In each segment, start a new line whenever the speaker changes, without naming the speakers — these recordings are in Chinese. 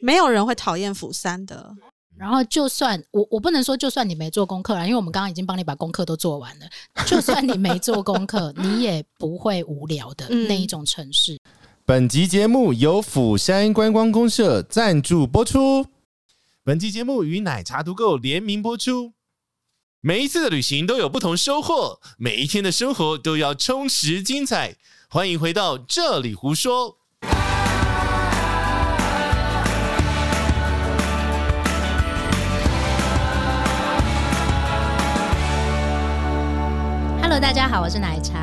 没有人会讨厌釜山的。
然后就算我我不能说就算你没做功课啦，因为我们刚刚已经帮你把功课都做完了。就算你没做功课，你也不会无聊的
嗯
那一种城市。
本集节目由釜山观光公社赞助播出。
本期节目与奶茶独购联名播出。每一次的旅行都有不同收获，每一天的生活都要充实精彩。欢迎回到这里胡说。
Hello，大家好，我是奶茶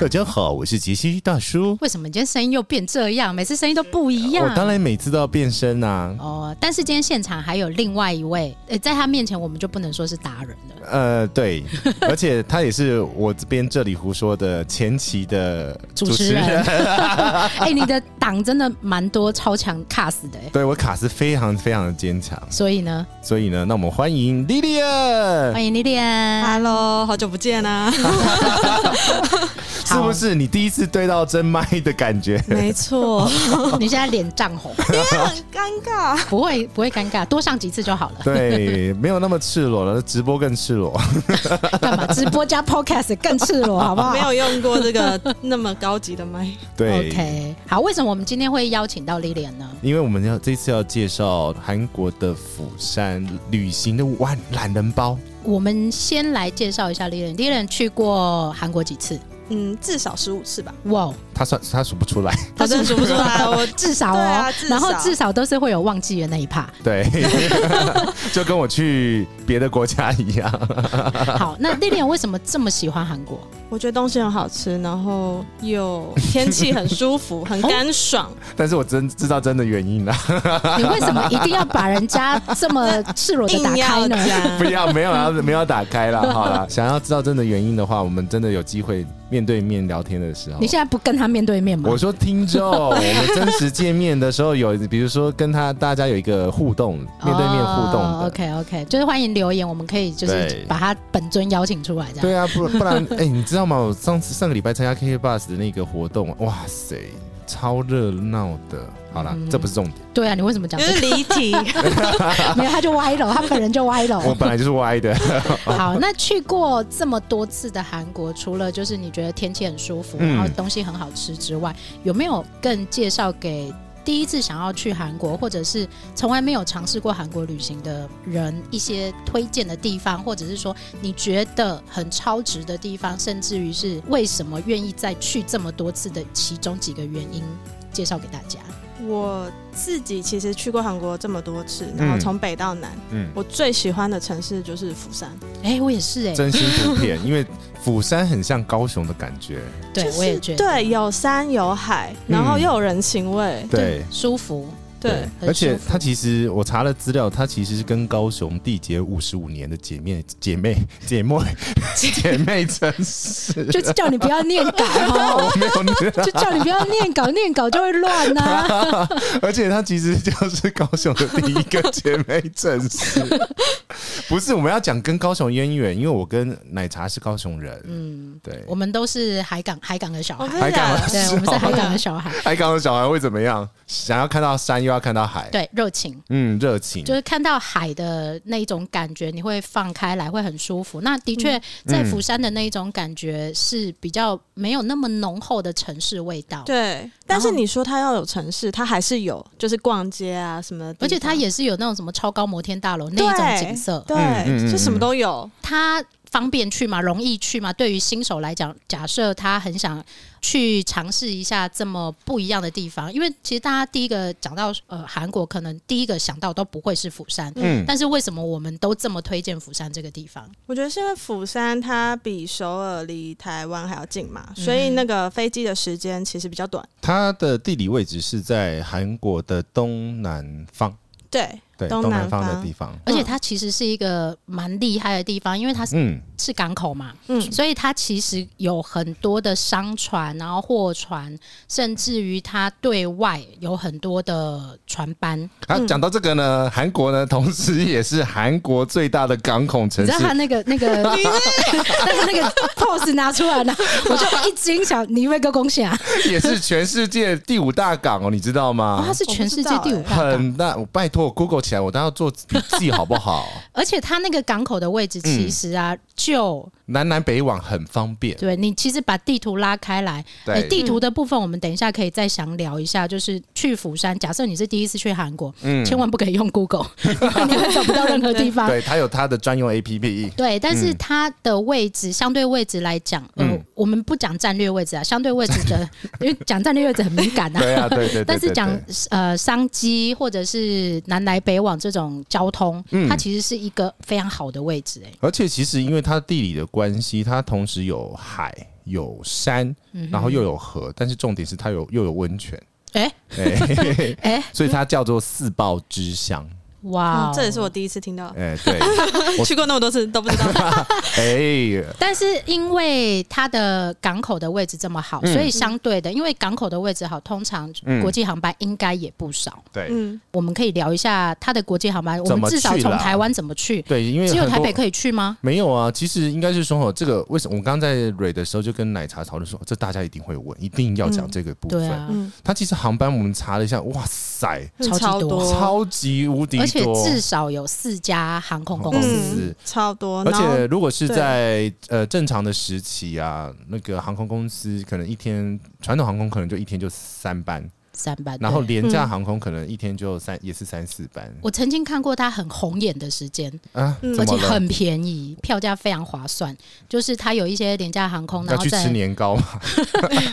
大。家好，我是杰西大叔。
为什么你今天声音又变这样？每次声音都不一样。
我当然每次都要变身啊。
哦，但是今天现场还有另外一位，呃，在他面前我们就不能说是达人了。
呃，对，而且他也是我这边这里胡说的前期的
主持人，哎、你的档真的蛮多超强 cast 的、哎，
对我卡是非常非常的坚强，
所以呢，
所以呢，那我们欢迎 Lilian，
欢迎莉莉
嗯
安。
Hello，好久不见啊！
是不是你第一次对到真麦的感觉？
没错，
你现在脸涨红，
很尴尬。
不会不会尴尬，多上几次就好了。
对，没有那么赤裸了，直播更赤裸。
干嘛？直播加 podcast 更赤裸，好不 好？
没有用过这个那么高级的麦，
对
OK，好，为什么我们今天会邀请到 Lilian 呢？
因为我们要这次要介绍韩国的釜山旅行的万懒人包，
我们先来介绍一下 Lilian。Lilian 去过韩国几次？
嗯，至少十五次吧，
哇，哦
他算他数不出来，
我真的数不出来。我
至少哦，
对啊至少
然后至少都是会有忘记的那一 趴。
对，就跟我去别的国家一样。
好，那 Lilian 为什么这么喜欢韩 国？
我觉得东西很好吃，然后又天气很舒服， 很干爽。
但是我真知道真的原因了，
你为什么一定要把人家这么赤裸的打
硬要
开呢？
讲
不，要没有要 没有要打开了，好了。想要知道真的原因的话，我们真的有机会面对面聊天的时候
你。现在不跟他面对 面吗
我？说听众，我们真实见面的时候有，比如说跟他大家有一个互动，面对面互动的。
OK OK，就是哦欢迎留言，我们可以就是
对
把他本尊邀请出来这样。
对啊，不不然，哎、你知道吗？我上次上个礼拜参加 KK Bus 的那个活动，哇塞，超热闹的。好啦，
嗯
这不是重点，
对啊，你为什么讲
就
这
是
个？
离题。
没有，他就歪了，他本人就歪了。
我本来就是歪的。
好，那去过这么多次的韩国，除了就是你觉得天气很舒服，
嗯
然后东西很好吃之外，有没有更介绍给第一次想要去韩国，或者是从来没有尝试过韩国旅行的人一些推荐的地方，或者是说你觉得很超值的地方，甚至于是为什么愿意再去这么多次的其中几个原因，介绍给大家。
我自己其实去过韩国这么多次，然后
嗯
从北到南，
嗯，
我最喜欢的城市就是釜山，
哎、我也是哎、
真心不骗，因为釜山很像高雄的感觉。
对、
就是
我也觉得
对，有山有海，然后
嗯
又有人情味，
对。
舒服，
对，
很
而且
舒服
它其实我查了资料，它其实是跟高雄缔结五十五年的姐妹姐妹姐妹 姐妹城市。
就叫你不要念稿 哦。
我没有念，
就叫你不要念稿，念稿就会乱啊 呐、
而且它其实就是高雄的第一个姐妹城市。不是，我们要讲跟高雄渊源，因为我跟奶茶是高雄人，
嗯，
对，
我们都是海港海港的小
我
孩，
跟你
还敢
讲
吗，
对，
是
我们是
哦
海港的小孩，
爱高雄小孩会怎么样？想要看到山，又要看到海，
对，热情。
嗯，热情，
就是看到海的那一种感觉，你会放开来，会很舒服。那的确，在釜山的那一种感觉是比较没有那么浓厚的城市味道，，
对，但是你说它要有城市，它还是有，就是逛街啊什么的地方，
而且它也是有那种什么超高摩天大楼那一种景色，
对，
嗯嗯嗯
就什么都有，
它方便去吗？容易去吗？对于新手来讲，假设他很想去尝试一下这么不一样的地方，因为其实大家第一个讲到呃韩国，可能第一个想到都不会是釜山。
嗯，
但是为什么我们都这么推荐釜山这个地方？
我觉得是因为釜山它比首尔离台湾还要近嘛，
嗯
所以那个飞机的时间其实比较短。
它的地理位置是在韩国的东南方，
对，
对，
东
东
南
南方的
方
地方，
而且它其实是一个蛮厉害的地方，因为它是
嗯，
是港口嘛，
嗯
所以它其实有很多的商船，然后货船，甚至于它对外有很多的船班。
啊，讲到这个呢，韩国呢，同时也是韩国最大的港口
你
城
知
市
道。他那个 那个那个那个 pose 拿出来呢， 我就一惊想，你以为个恭喜啊！
也是全世界第五大港哦，你知道
哦，
吗
它？是全世界第五大港，
很大，我拜托 Google 起来，我都要做笔 记好不好？
而且它那个港口的
嗯
位置其实啊，就
南南北往很方便，
对你其实把地图拉开来，哎、
对，
地图的部分我们等一下可以再详聊一下。就是去釜山，假设你是第一次去韩国，
嗯
千万不可以用 Google，你会找不到任何地方。
对，它有它的专用 APP，
对，但是它的位置、相对位置来讲，呃，
嗯
我们不讲战略位置啊，相对位置 的，因为讲战略位置很敏感啊。
对啊，对对对对
但是讲
对
呃商机或者是南来北往这种交通，
嗯
它其实是一个非常好的位置、哎，
而且其实因为它地理的关系，它同时有海、有山，
嗯
然后又有河，但是重点是它有又有温 泉，
哎
哎，
哎，
所以它叫做四豹之乡。
哇、哦
嗯这也是我第一次听到，
哎， 对， 我
去过那么多次都不知 道。
哎，
但是因为它的港口的位置这么好，
嗯
所以相对的，因为港口的位置好，通常
嗯
国际航班应该也不少。
对
嗯，
我们可以聊一下它的国际航班，我
怎么
们至少
去
从
啦
台湾怎么去？
对，因为
只有
很
台
多
北可以去吗？
没有啊，其实应该是说哦，这个为什么我刚刚在蕊的时候就跟奶茶讨论说，这大家一定会问，一定要讲这个部分。
对啊，
嗯，
它其实航班我们查了一下，哇塞，
嗯
超级
超
多
超级无敌
而且
多。
至少有四家航空公司。
嗯
是，
超多，
而
然后
且如果是在呃正常的时期啊，那个航空公司可能一天传统航空可能就一天就三班，
三班，
然后
对
廉价
嗯
航空可能一天就三、也是三四班
我曾经看过它很红眼的时间，
啊，
嗯
怎
而且
么了？
很便宜，票价非常划算。就是它有一些廉价航空，然
要
后
去
再
吃啊年糕吗？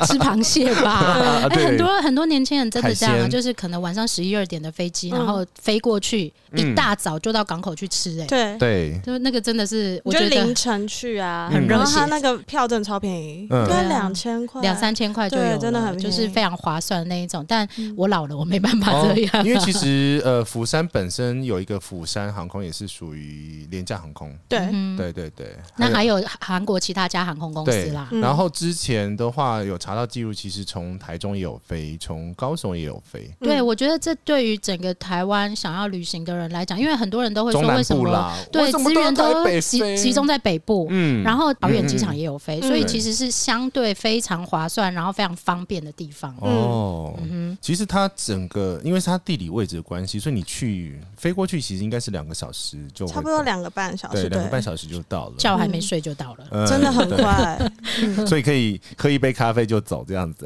吃螃蟹吧。哎、
啊对
很多很多年轻人真的这样
海
啊，
鲜
就是可能晚上十一二点的飞机，
嗯
然后飞过去，
嗯
一大早就到港口去吃、哎、
对，
对，
就那个真的是，我
你就
觉
凌
得
晨去啊，
嗯
然后
很热
他
血
那个票真的超便宜，
嗯
应该
对啊
两千块，
两三千块就有了，
对真的很便宜
就是非常划算的那一种。但
嗯
我老了，我没办 法这样，
哦因为其实呃，釜山本身有一个釜山航空，也是属于廉价航空。
对，
嗯，
对对对，
那还有韩国其他家航空公司
对
啦，
嗯
然后之前的话有查到记录，其实从台中也有飞，从高雄也有飞，
对，
嗯
我觉得这对于整个台湾想要旅行的人来讲，因为很多人都会说
中
为
南
什
部
么
啦，为
对
什么
资源
都要台
都
北
集
飞
集中在北部，
嗯，
然后桃园
嗯
机场
嗯
也有飞，
嗯
所以其实是相对非常划算，然后非常方便的地方。
哦。
嗯
其实它整个，因为是它地理位置的关系，所以你去飞过去，其实应该是两个小时就会
差不多两个半小
对
时，
两个
对，
半小时就到了
哼，，觉还没睡就到了。
呃
真的很，快，
对所以可以喝一杯咖啡就走这样子。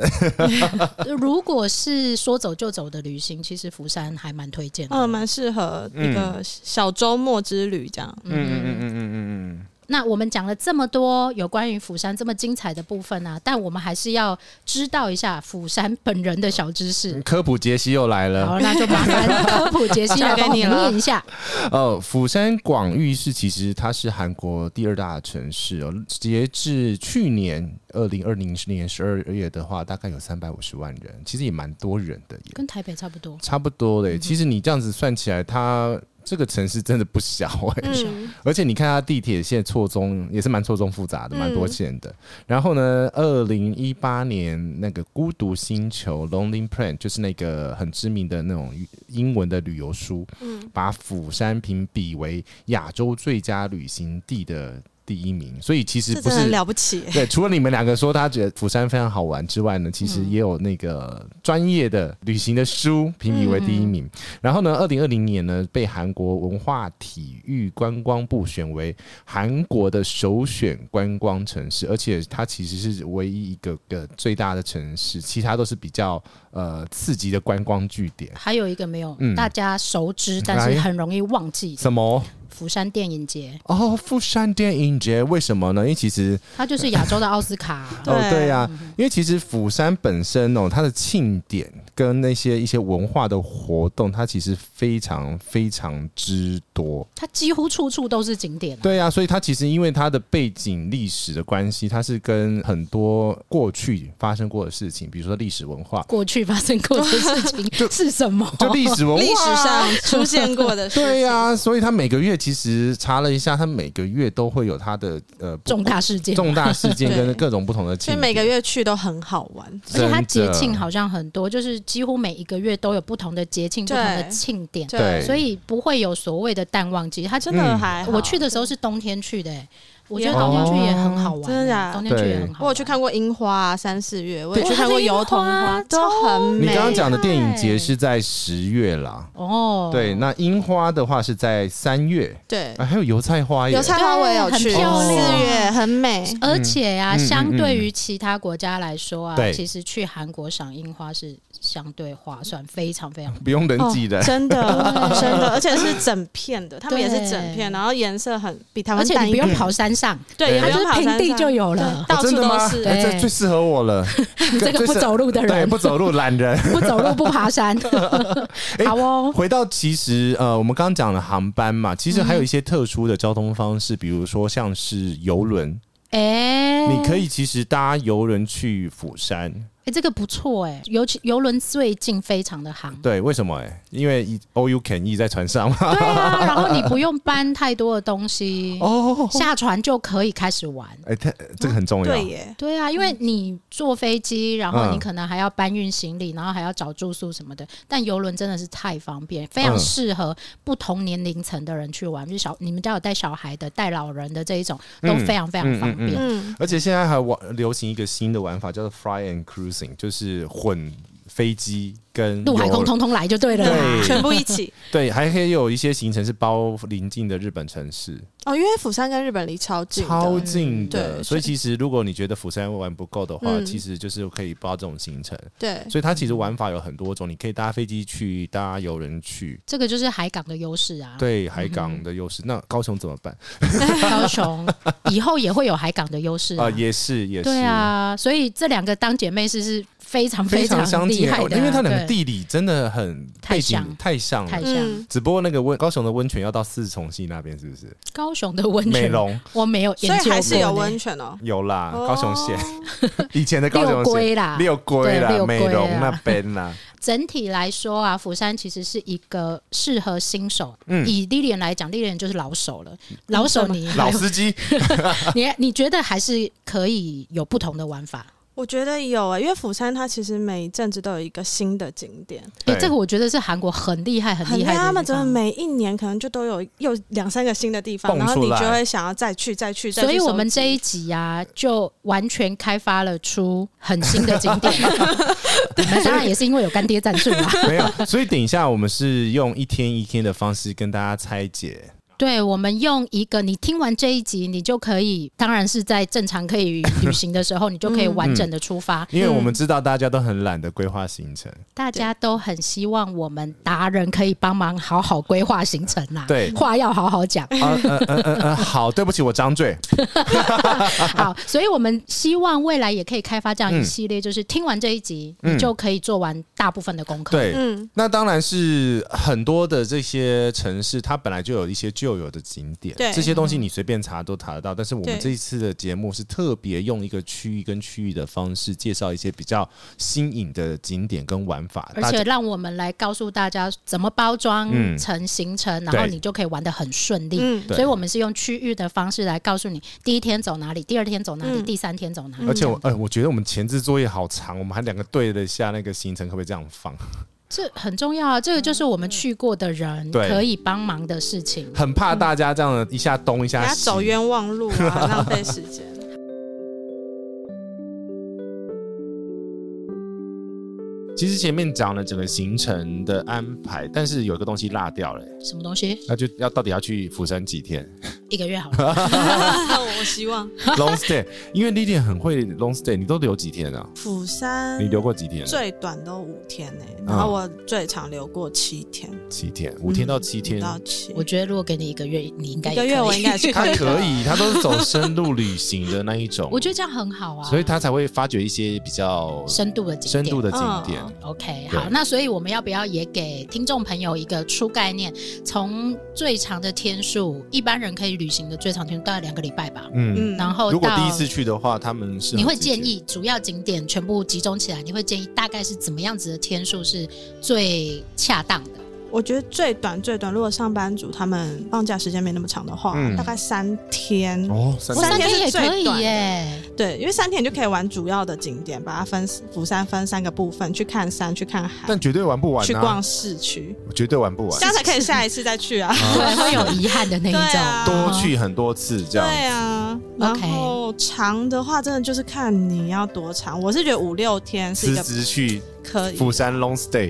如果是说走就走的旅行，其实釜山还蛮推荐的。
嗯，蛮适合一个小周末之旅这样。
嗯嗯嗯嗯嗯嗯
那我们讲了这么多有关于釜山这么精彩的部分啊，但我们还是要知道一下釜山本人的小知识。
嗯，科普杰西又来了。
好，那就麻烦科普杰西来帮我
交给
们
你了
念一 下。
呃，釜山广域市其实它是韩国第二大城市哦。截至去年二零二零年十二月的话，大概有三百五十万人，其实也蛮多人的耶，
跟台北差不多，
差不多嘞。其实你这样子算起来，它这个城市真的不小哎、
嗯，
而且你看它地铁线错综也是蛮错综复杂的，蛮多线
嗯
的。然后呢，二零一八年那个《孤独星球》（Lonely Planet） 就是那个很知名的那种英文的旅游书，
嗯
把釜山评比为亚洲最佳旅行地的第一名。所以其实
这
不
真的很
是。
了不起。
对，除了你们两个说他觉得釜山非常好玩之外呢，其实也有那个专业的旅行的书评比为第一名。然后呢，二零二零年呢，被韩国文化体育观光部选为韩国的首选观光城市，而且它其实是唯一一个个最大的城市，其他都是比较呃刺激的观光据点。
还有一个没有、
嗯
大家熟知，
来
但是很容易忘记
什么？
釜山电影节，
哦，釜山电影节为什么呢？因为其实
它就是亚洲的奥斯卡、
对
哦，对呀、因为其实釜山本身哦，它的庆典跟那些一些文化的活动，它其实非常非常之多。
它几乎处处都是景点、啊。
对呀、所以它其实因为它的背景历史的关系，它是跟很多过去发生过的事情，比如说历史文化，
过去发生过的事情是什么？
就历史文化啊
历史上出现过的事情
对呀、啊所以他每个月其实查了一下，他每个月都会有他的呃不
重大事件，
重大事件跟
对
各种不同的庆
所
典，
以每个月去都很好玩。
而且它
真
节
的
庆好像很多，就是几乎每一个月都有不同的节庆、不
对
同的庆典，
对
所以不会有所谓的淡旺季。它
真的
嗯哦
还好
我去的时候是冬天去的、欸我觉
也
得冬天去也
好
很好玩、啊
真的假的
冬天去也很好玩。
我有去看过樱花啊，三四月，我也
对
去看过油桐花，
它的
都
樱花
很
你
美。
刚刚讲的电影
美
节是在十月啦，
哦，
对，那樱花的话是在三月，
对，
啊，还有油菜花耶，
油菜花我也有去，
对很
啊漂亮
四月很美，
而且呀、
嗯嗯
相对于其他国家来说啊，
对
其实去韩国赏樱花是相对划算，非常非常
不用人
哦
挤人，
真的
对
真的，而且是整片的，他们也是整
对
片，然后颜色很比台
而
湾
且
淡一
你不用
点，
跑山上，
对，也
它
不
就
用
是
跑
平
山
地
上
就有了
对到
哦真
处
的
都
吗？
是。
哎这
对
最适合 我了，
这个不走路的
对，
人，
不走路懒人。
不走路不爬 山。好哦，
回到其实呃，我们刚刚讲的航班嘛，其实还
嗯
有一些特殊的交通方式，比如说像是游轮，
哎、
嗯
你可以其实搭游轮去釜山。
哎、这个不错哎、尤其游轮最近非常的行。
对，为什么、哎，因为 all you can eat 在船上嘛。
对啊，然后你不用搬太多的东西，
哦，
下船就可以开始玩。
哎、它这个很重要。
对耶，
对啊，
嗯
因为你坐飞机，然后
嗯
你可能还要搬运行李，然后还要找住宿什么的。但游轮真的是太方便，非常
嗯
适合不同年龄层的人去玩，就是小你们家有带小孩的、带老人的这一种，都
嗯
非常非常方便。
嗯，
而且现在还玩流行一个新的玩法，叫做 fly and cruising，就是混飞机跟
陆海
游
空通通来就对了啦。
对
全部一起。
对，还可以有一些行程是包邻近的日本城市，
哦，因为釜山跟日本离超近的，
超近的。
嗯
对
所以其实如果你觉得釜山玩不够的话，
嗯
其实就是可以包这种行程。
对，
所以
嗯
它其实玩法有很多种，你可以搭飞机去，搭游轮去。
这个就是海港的优势啊。
对海港的优势，那高雄怎么办
高 雄以后也会有海港的优势
啊、
啊。
也是也是，
对，啊，所以这两个当姐妹是是非常
非常相
厉
近
害
哦，
的啊，
因为它两个
对
地理真的很
太
背景
像
太像了
太。像。
嗯，
只不过那个温高雄的温泉要到四重溪那边，是不是？
高雄的温
美
泉，
容
我没有
所
研
以
究过
还是有
呢
温泉哦。
有啦，
哦
啊高雄县 以前的高
六
雄县
龟啦。
六龟
对
啦，
六龟
美容
啊
那边啦，
整体来说啊，釜山其实是一个适合新手。
嗯
以历练来讲，历练就是老手了。老手你
老
还
司机
你你觉得还是可以有不同的玩法？
我觉得有啊、因为釜山它其实每一阵子都有一个新的景点，
哎、
对
这个我觉得是韩国很厉害、很
很
厉害的地方。
他们真的每一年可能就都有又两三个新的地方，
蹦
然后你
出来
就会想要再去再去再去。
所以我们这
一
一集呀、就完全开发了出很新的景点。那当然也是因为有干爹赞助啊。
没有，所以等一下我们是用一天一天的方式跟大家拆解，
对，我们用一个你听完这一集，你就可以，当然是在正常可以旅行的时候，你就可以完整的出发。
因为我们知道大家都很懒得规划行程，
大家都很希望我们达人可以帮忙好好规划行程啦、
对
话要好好讲。
啊呃呃呃呃，好，对不起，我张嘴，
好，所以我们希望未来也可以开发这样一系列，就是听完这一集，你就可以做完大部分的功课。
对，
嗯，
那当然是很多的这些城市，它本来就有一些旧有的景点，
对嗯
这些东西你随便查都查得到。但是我们
对
这一次的节目是特别用一个区域跟区域的方式介绍一些比较新颖的景点跟玩法，
而
大
且
家
让我们来告诉大家怎么包装
嗯
成行程，然
对
后你就可以玩得很顺利。
嗯
对
所以我们是用区域的方式来告诉你，第一天走哪里，第二天走哪里，
嗯
第三天走哪里。
而且我，呃，我觉得我们前置作业好长，我们还两个对了一下那个行程，可不可以这样 放？
这很重要啊！这个就是我们去过的人
嗯对
可以帮忙的事情。
很怕大家这样一下东一
不
下
嗯要
西，
走冤枉路啊， 浪费时间。
其实前面讲了整个行程的安排，但是有一个东西落掉了、
什么东西？
那就要到底要去釜山几天？
一个月好了，
我希望
long stay，因为 Lily 很会 long stay，你都留几天啊？
釜山
你留过几
嗯
天？
最短都五天呢、然后我最长留过七天，
七天，五天到七天
五，嗯到七。
我觉得如果给你一个月，你应该
一
也
个月
可以，
我应该 也是
他
以的
可，以，他都是走深入旅行的那一种
我觉得这样很好啊，
所以他才会发掘一些比较
深度的景
深
点
度的景点。
嗯
OK，
对
好，那所以我们要不要也给听众朋友一个初概念？从最长的天数，一般人可以旅行的最长天数大概两个礼拜吧。
嗯，
嗯，
然后
如果
到
第一次去的话，他们是
你会建议主要景点全部集中起来，你会建议大概是怎么样子的天数是最恰当的？
我觉得最短最短，如果上班族他们放假时间没那么长的话，
嗯
大概三天。
哦，三
嗯我
三
三天
天
天也
是最
可以
短的
耶，
对，因为三天你就可以玩主要的景点，把它分釜山分三个部分，去看山，去看海，
但绝对玩不完、啊，啊
去逛市区，
绝对玩不完
这，样才可以下一次再去啊。
对，会有遗憾的那一
对
种。
啊
多去很多次这
对
样。
啊，然
OK
后长的话，真的就是看你要多长。我是觉得五六天是一
辞
个
职去
可以，
釜山 long stay，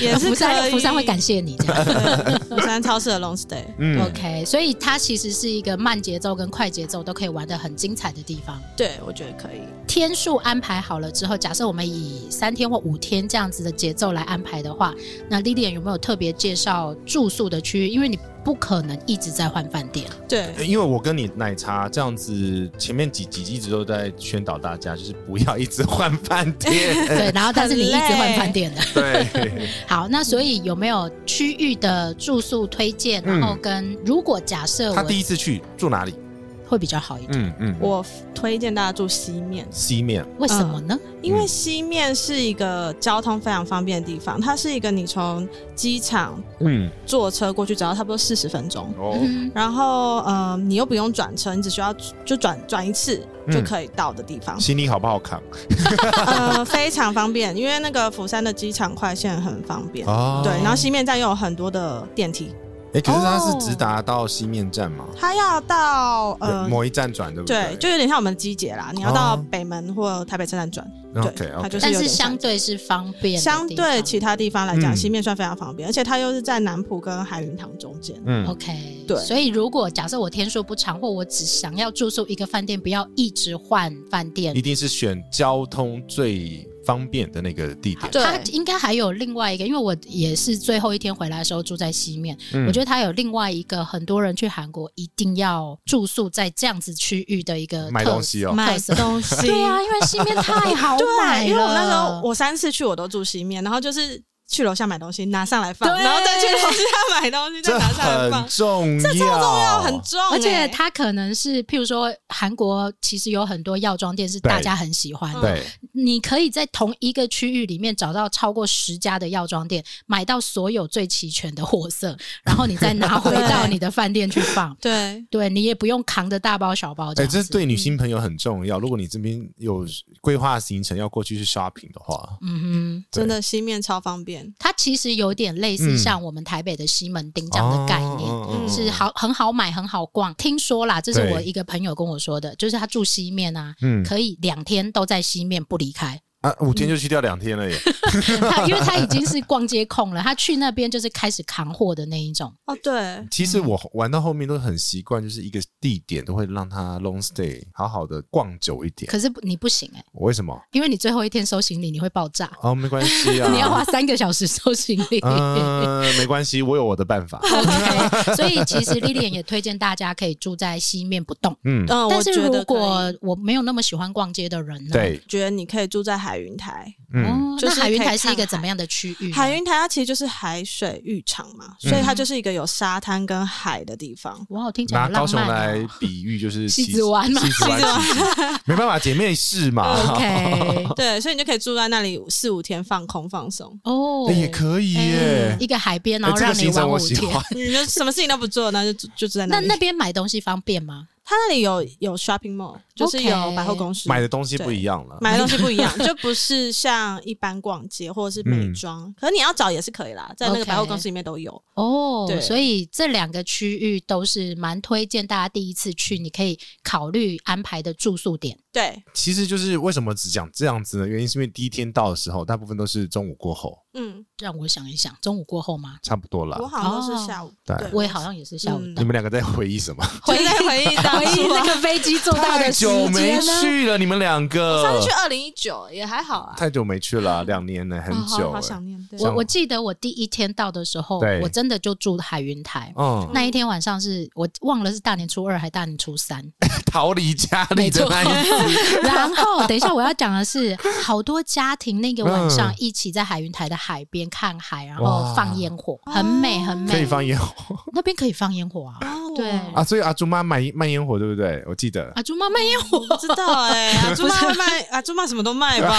也是
釜
可
山，
以。
釜山会感谢你这 样。
对釜山超市的 long stay。
嗯
OK，所以它其实是一个慢节奏跟快节奏都可以玩的很精彩的地方。
对，我觉得可以。
天数安排好了之后，假设我们以三天或五天这样子的节奏来安排的话，那 Lilian 有没有特别介绍住宿的区域？因为你不可能一直在换饭 店，
对，
因为我跟你奶茶这样子，前面几集一直都在宣导大家，就是不要一直换饭 店。
对，然后但是你一直
很累嗯
换饭店的。
对，
好，那所以有没有区域的住宿推荐？
嗯
然后跟如果假设
他
我
第一次去住哪里？
会比较好一点，
嗯嗯，
我推荐大家住西面，
西面。
为什么呢？
因为西面是一个交通非常方便的地方，它是一个你从机场
嗯，
坐车过去只要差不多四十分钟。
哦，
嗯
然后，呃，你又不用转车，你只需要就转转一次
嗯
就可以到的地方，
行李好不好扛？
呃，非常方便，因为那个釜山的机场快线很方便，
哦
对。然后西面站又有很多的电梯，
哎，可是它
哦
是直达到西面站嘛？
它要到呃，
某一站转，对不
对，就有点像我们的机捷啦，你要到北门或台北车站转，
OK
对，它
OK。
就是
但
有
是
点像
相对是方便的地方，
相对其他地方来
嗯
讲，西面算非常方便，而且它又是在南浦跟海云堂中间。
嗯，
OK，
对
所以如果假设我天数不长，或我只想要住宿一个饭店，不要一直换饭店
一。定是选交通最方便的那个地点。
对
它应该还有另外一个，因为我也是最后一天回来的时候住在西面，
嗯
我觉得它有另外一个很多人去韩国一定要住宿在这样子区域的一个
卖
特
东西哦
买
特色
东 西
对啊，因为西面太好买
对，
了，
因为我那时候我三次去我都住西面，然后就是去楼下买东西拿上来放，
对
然后再去楼下买东西再
这
拿上来
很
放，
重要，这
超重要，很重欸，
而且它可能是，譬如说韩国其实有很多药妆店是大
对
家很喜欢的，
对，
你可以在同一个区域里面找到超过十家的药妆店，买到所有最齐全的货色，然后你再拿回到
对
你的饭店去放。
对
对你也不用扛着大包小哦包这
哎，
样子。嗯
这对女性朋友很重要。如果你这边有规划行程要过去去 shopping 的话，
嗯哼，
对
真的西面超方便，
它其实有点类似像我们台北的西门町这样的概念。
嗯哦
是好，很好买，很好逛。听说啦，这是
对
我一个朋友跟我说的，就是他住西面啊，
嗯
可嗯以两天都在西面不离开。
啊，五天就去掉两天了耶。
他因为他已经是逛街控了，他去那边就是开始扛货的那一种。
哦对。
其实我玩到后面都很习惯，就是一个地点都会让它 long stay，好好的逛久一点。
可是不你不行哎、
我为什么？
因为你最后一天收行李，你会爆炸，
哦，没关系啊，
你要花三个小时收行李。
嗯，没关系，我有我的 办法。
嗯
OK，所以其实 Lilian 也推荐大家可以住在西面不 动。
嗯，
嗯，
但
我
是
觉
如
得可以
果我没有那么喜欢逛街的人呢？，
对，
觉得你可以住在海云台，
嗯，
哦，
就
那
是
海云
可以
台是一
看
个
海
怎么样的区域呢？
海云台它其实就是海水浴场嘛，所以
嗯
它就是一个有沙滩跟海的地方。
哇，我听起来
拿
好
高
浪
雄
漫、
来
哦。
比喻就 是
西子湾嘛
西子湾，西子湾 没办法，姐妹市嘛，
OK，
哦
对，所以你就可以住在那里四五天，放空放松，
哦，
哎那也可以耶
嗯。一个海边，然
哎
后
这个
让你
行程
玩
我
五
喜
天。
欢，
你就什么事情都不做，那就住就住在那
那
里。
那边买东西方便吗？
它那里有有 shopping mall，就是有百货公司
买的东西不一样了。
买的东西不一 样，就不是像一般逛街或者是美
嗯
妆，可是你要找也是可以啦，在那
OK
个百货公司里面都有。
哦，
对
所以这两个区域都是蛮推荐大家第一次去，你可以考虑安排的住宿点。
对，
其实就是为什么只讲这样子呢？原因是因为第一天到的时候，大部分都是中午过后，
嗯，
让我想一想，中午过后吗？
差不多啦
我。好像都是下午，
对
对，
我也好像也是下午
嗯
到
你，们两个在回忆什么？
就在回忆当
回忆
初
那
啊。
个飞机坐到
太
的时
久没
间呢、
去了，你们两
上
个
次去二零一九也还好啊，
太久没去了，两年了，很
哦
啊好
久
好
了。
想念。对，
我我记得我第一天到的时候
对，
我真的就住海云台。
嗯，
那一天晚上是我忘了是大年初二还大年初三，
逃离家里的那一次，
然后等一下我要讲的是，好多家庭那个晚上
嗯
一起在海云台的海边看海，然
哇
后放烟火，很美很
可以
美。
放烟火
那边可以放烟火啊！
哦
对
啊！所以阿朱妈卖卖烟火，对不对？我记得。
啊，猪妈卖烟火，
我不知道哎，阿朱妈卖阿朱妈什么都卖 吧，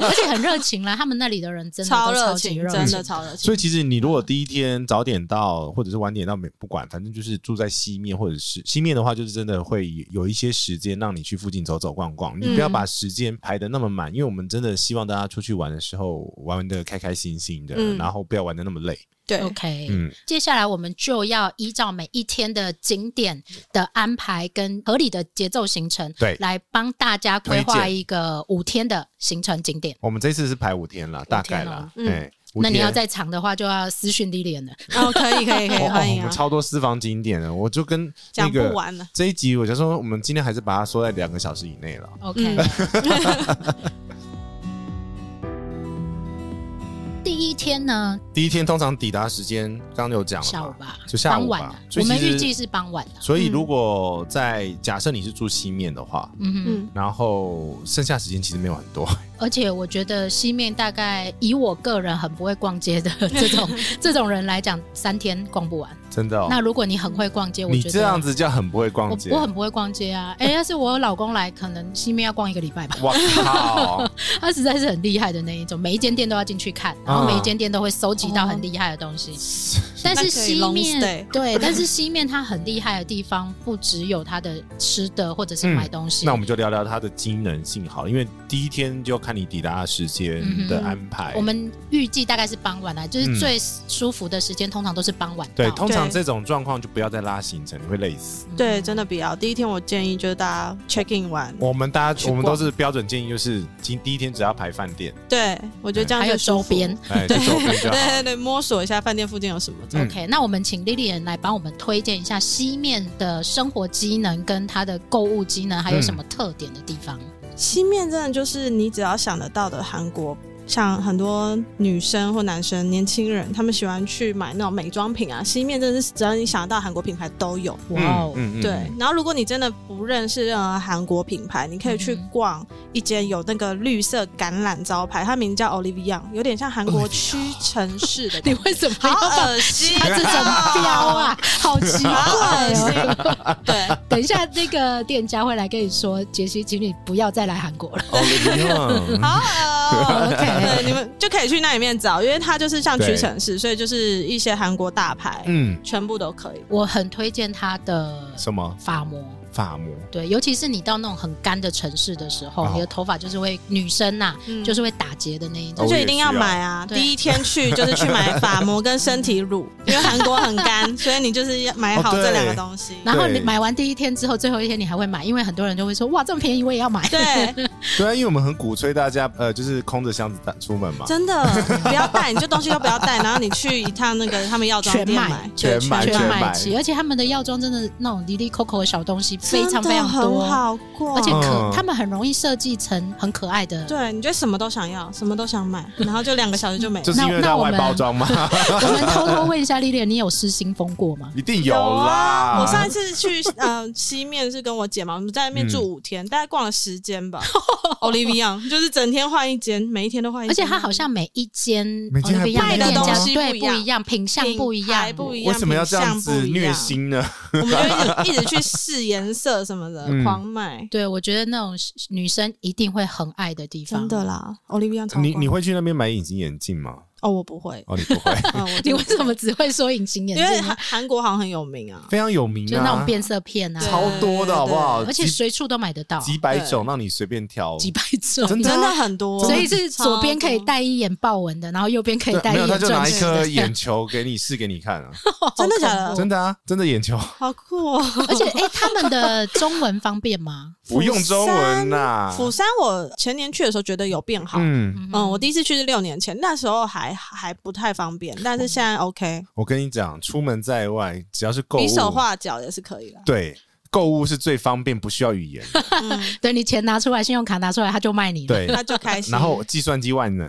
而且很热情啦。他们那里的人真的
超
都
热
超级
情，
热
真的超热情。
所以其实你如果第一天早点到，或者是晚点到，没不管，反正就是住在西面，或者是西面的话，就是真的会有一些时间让你去附近走走逛
嗯
逛。你不要把时间排的那么满，因为我们真的希望大家出去玩的时候玩的开开心心的，
嗯
然后不要玩的那么累。
对，
OK，、
嗯，
接下来我们就要依照每一天的景点的安排跟合理的节奏行程，
对
来帮大家规
推
划
荐
一个五天的行程景点。
我们这次是排五天啦，大概啦，
哦嗯
哎、五
那
天
你要再长的话，就要私讯 Lilian 了。
哦，可以可以可
哦
以，
哦
欢迎
我们
啊，
超多私房景点的，我就跟那
讲不
个
完了。
这一集，我就说我们今天还是把它缩在两个小时以内了。
OK，、第 一天呢，
第一天通常抵达时间，刚刚有讲了嘛
下午吧，
就下
傍
午吧
晚啊
所
我
以其
们
实
预计是傍晚啊的。
所以，如果在假设你是住西面的话，
嗯哼，
嗯，
然后剩下时间其实没有很多，
而且我觉得西面大概以我个人很不会逛街的 这种这种人来讲，三天逛不完。
真的、哦。
那如果你很会逛街，我
你
觉得
这样子叫很不会逛
我
街。
我很不会逛街啊。哎、要是我有老公来，可能西面要逛一个礼拜吧。
哇 靠！
他实在是很厉害的那一种，每一间店都要进去看，
啊
然后每一间店都会收集到很厉害的东西。
哦
但是西
那可以 long
面
stay
对，但是西面它很厉害的地方，不只有它的吃的或者是买东西。
嗯那我们就聊聊它的机能性好了，因为第一天就看你抵达的时间的安排。
嗯我们预计大概是傍晚来，就是最舒服的时间，通常都是傍晚到。
嗯对，通常
对
这种状况就不要再拉行程，你会累死。
哦嗯
对，真的不要。第一天我建议就是大家 check in 完，
我们大家
去
我
逛
们都是标准建议，就是今第一天只要排饭店，
对我觉得这样
还有
就舒
周
服
边。。
哎，就周边
对
就好。
对对，摸索一下饭店附近有什么。
嗯
OK，那我们请莉莉人来帮我们推荐一下西面的生活机能跟它的购物机能，
嗯
还有什么特点的地方？
西面真的就是你只要想得到的韩国，像很多女生或男生、年轻人，他们喜欢去买那种美妆品啊。西面真的是只要你想得到韩国品牌都有。
哇哦，
嗯
对，然后如果你真的不认识任何韩国品牌，你可以去
嗯
逛一间有那个绿色橄榄招牌，它名叫 Olivia，有点像韩国屈臣氏的感
你
觉。
为什么
好
要把
恶心、
他啊 这种标啊，好奇
好
怪
恶
哦！
心。对，
等一下，那个店家会来跟你说，杰西，请你不要再来韩 国了。
哦 一样
好恶
OK
对，你们就可以去那里面找，因为它就是像屈臣氏，所以就是一些韩国大牌，
嗯，
全部都可以。
我很推荐他的
什么
发膜，
发膜？
对，尤其是你到那种很干的城市的时候，
哦
你的头发就是会女生呐、
嗯
就是会打结的那一种。
那
哦我
就
也
一定要
需要
买啊！
对
第一天去就是去买发膜跟身体乳，因为韩国很 干，所以你就是要买好
哦对
这两个东西。
然后
对
你买完第一天之后，最后一天你还会买，因为很多人就会说：“哇，这么便宜，我也要买。”
对，
对啊，因为我们很鼓吹大家，呃，就是空着箱子打出门嘛，
真的不要带，你就东西都不要带，然后你去一趟那个他们药妆
全
店
买
买，
全买
全
全买
买齐，而且他们的药妆真的那种离离扣扣的小东西非
真
常
的
非常多，
很好逛，
而且可、
嗯
他们很容易设计成很可爱的
对，你就什么都想要，什么都想买，然后就两个小时就没了
就。是因为
那
它
那我
外
们
包装嘛，
我们偷偷问一下丽丽，你有失心疯过吗？
一定有啦。
啊！我上一次去呃西面是跟我姐嘛，我们在那边住五天，大概逛了十间 吧。Olivia 就是整天换一间，每一天都换一
而且
间。
它好像每一间
每间还不一样
哦那个
卖的
店家
东西
对
不一样
一样，品相
品
不一样
牌，不一样，
为什么要这样子
品
虐
相
心呢？
不一样？我们 就一直一直去试颜色什么的
嗯，
狂买，
对，我觉得那种女生一定会很爱的地
真
方。
的啦，Olivia 超
你
棒
你会去那边买隐形眼镜吗？
哦，我不会，
哦，你不会，
嗯， 我
你
真的
为什么只会说隐形眼
因为
镜
韩
呢？
韩国好像很有名 啊，
非常有名啊，
就那种变色片啊，
超多的好不好？
而且
几
随处都买得到，
几百种让你随便挑，
几百种，
真的啊
真的很多，
所以是
超
左边可以
多，
戴一眼豹纹的，然后右边可以
对
戴一
没有他
眼
就拿
钻
一
石
颗
的，
眼球给你试给你看啊，
真的假的？
真的啊，真的眼球
好酷哦！
而且哎、诶他们的中文方便吗？
不用中文呐，
釜山我前年去的时候觉得有变好，嗯，
啊嗯，
我第一次去是六年前，那时候还还不太方便，但是现在
哦
OK，
我跟你讲，出门在外只要是购物，
比手画脚也是可 以了。
对。购物是最方便，不需要语言的。
嗯，
对你钱拿出来，信用卡拿出来，他就卖你了。
对，
那就开心。
然后计算机万能，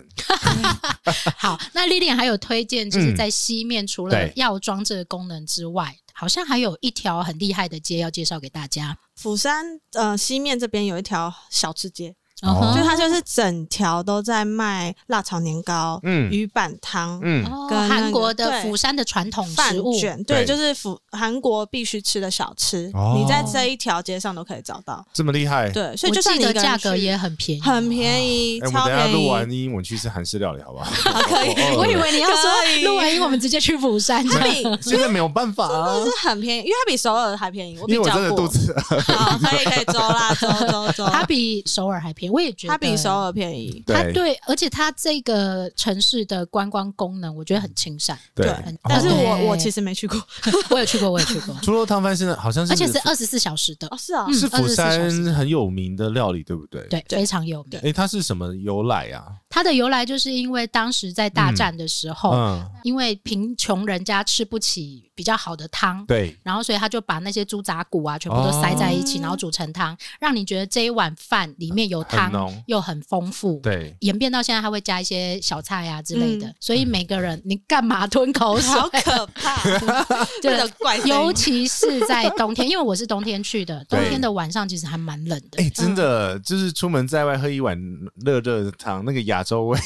好，那丽丽还有推荐，就是
嗯
在西面除了
对
药妆这个功能之外，好像还有一条很厉害的街要介绍给大家。
釜山呃西面这边有一条小吃街，
嗯
哦
哼
就它就是整条都在卖辣炒年糕、
嗯
鱼板汤、
嗯，
哦
跟那个
韩国的
对
釜山的传统
饭
食物，
卷，对，
对
就是釜韩国必须吃的小吃，
哦
你在这一条街上都可以找到。
这么厉害。
对，所
我
以就算
记
你一
得
个人
价格
去
也很便宜。
很便宜，
哎，我们
超
等一下
便宜。啊
录完哦音，我们去吃韩式料理，好不好？
可以
我
我以
饿了
为你要
可
说
以
录完音我们直接去釜山，
它比就
现在没有办法啊，
是很便宜，因为它比首尔还便宜。我比
因为我
较
真的
过
肚，子饿。
好，可以可以，周 啦，周周周，
它比首尔还便宜。我也觉得
它比首尔便宜。
它对，而且它这个城市的观光功能，我觉得很亲 善。
对
对，
哦
但是我
对
我其实没去过。
我也去过，我也去过，
猪肉汤饭现在 好像是，
而且是二十四小时的，
哦，是啊
嗯，
是釜
24小
山
时
很有名的料理，对不对？。
对，非常有名。
哎，它是什么由来啊？
它的由来就是因为当时在大战的时候，
嗯，
因为贫穷人家吃不起比较好的汤。
对，
然后，所以他就把那些猪杂骨啊，全部都塞在一起，
哦
然后煮成汤，让你觉得这一碗饭里面有
很
汤，
浓，
又很丰富。
对，
演变到现在，他会加一些小菜啊之类的。
嗯
所以每个人，你干嘛吞口水？
好可 怕，
对
这个怪声音
尤其是在冬天，因为我是冬天去的，冬
对
天的晚上其实还蛮冷的。
哎，真的就是出门在外喝一碗热热的汤，那个亚洲味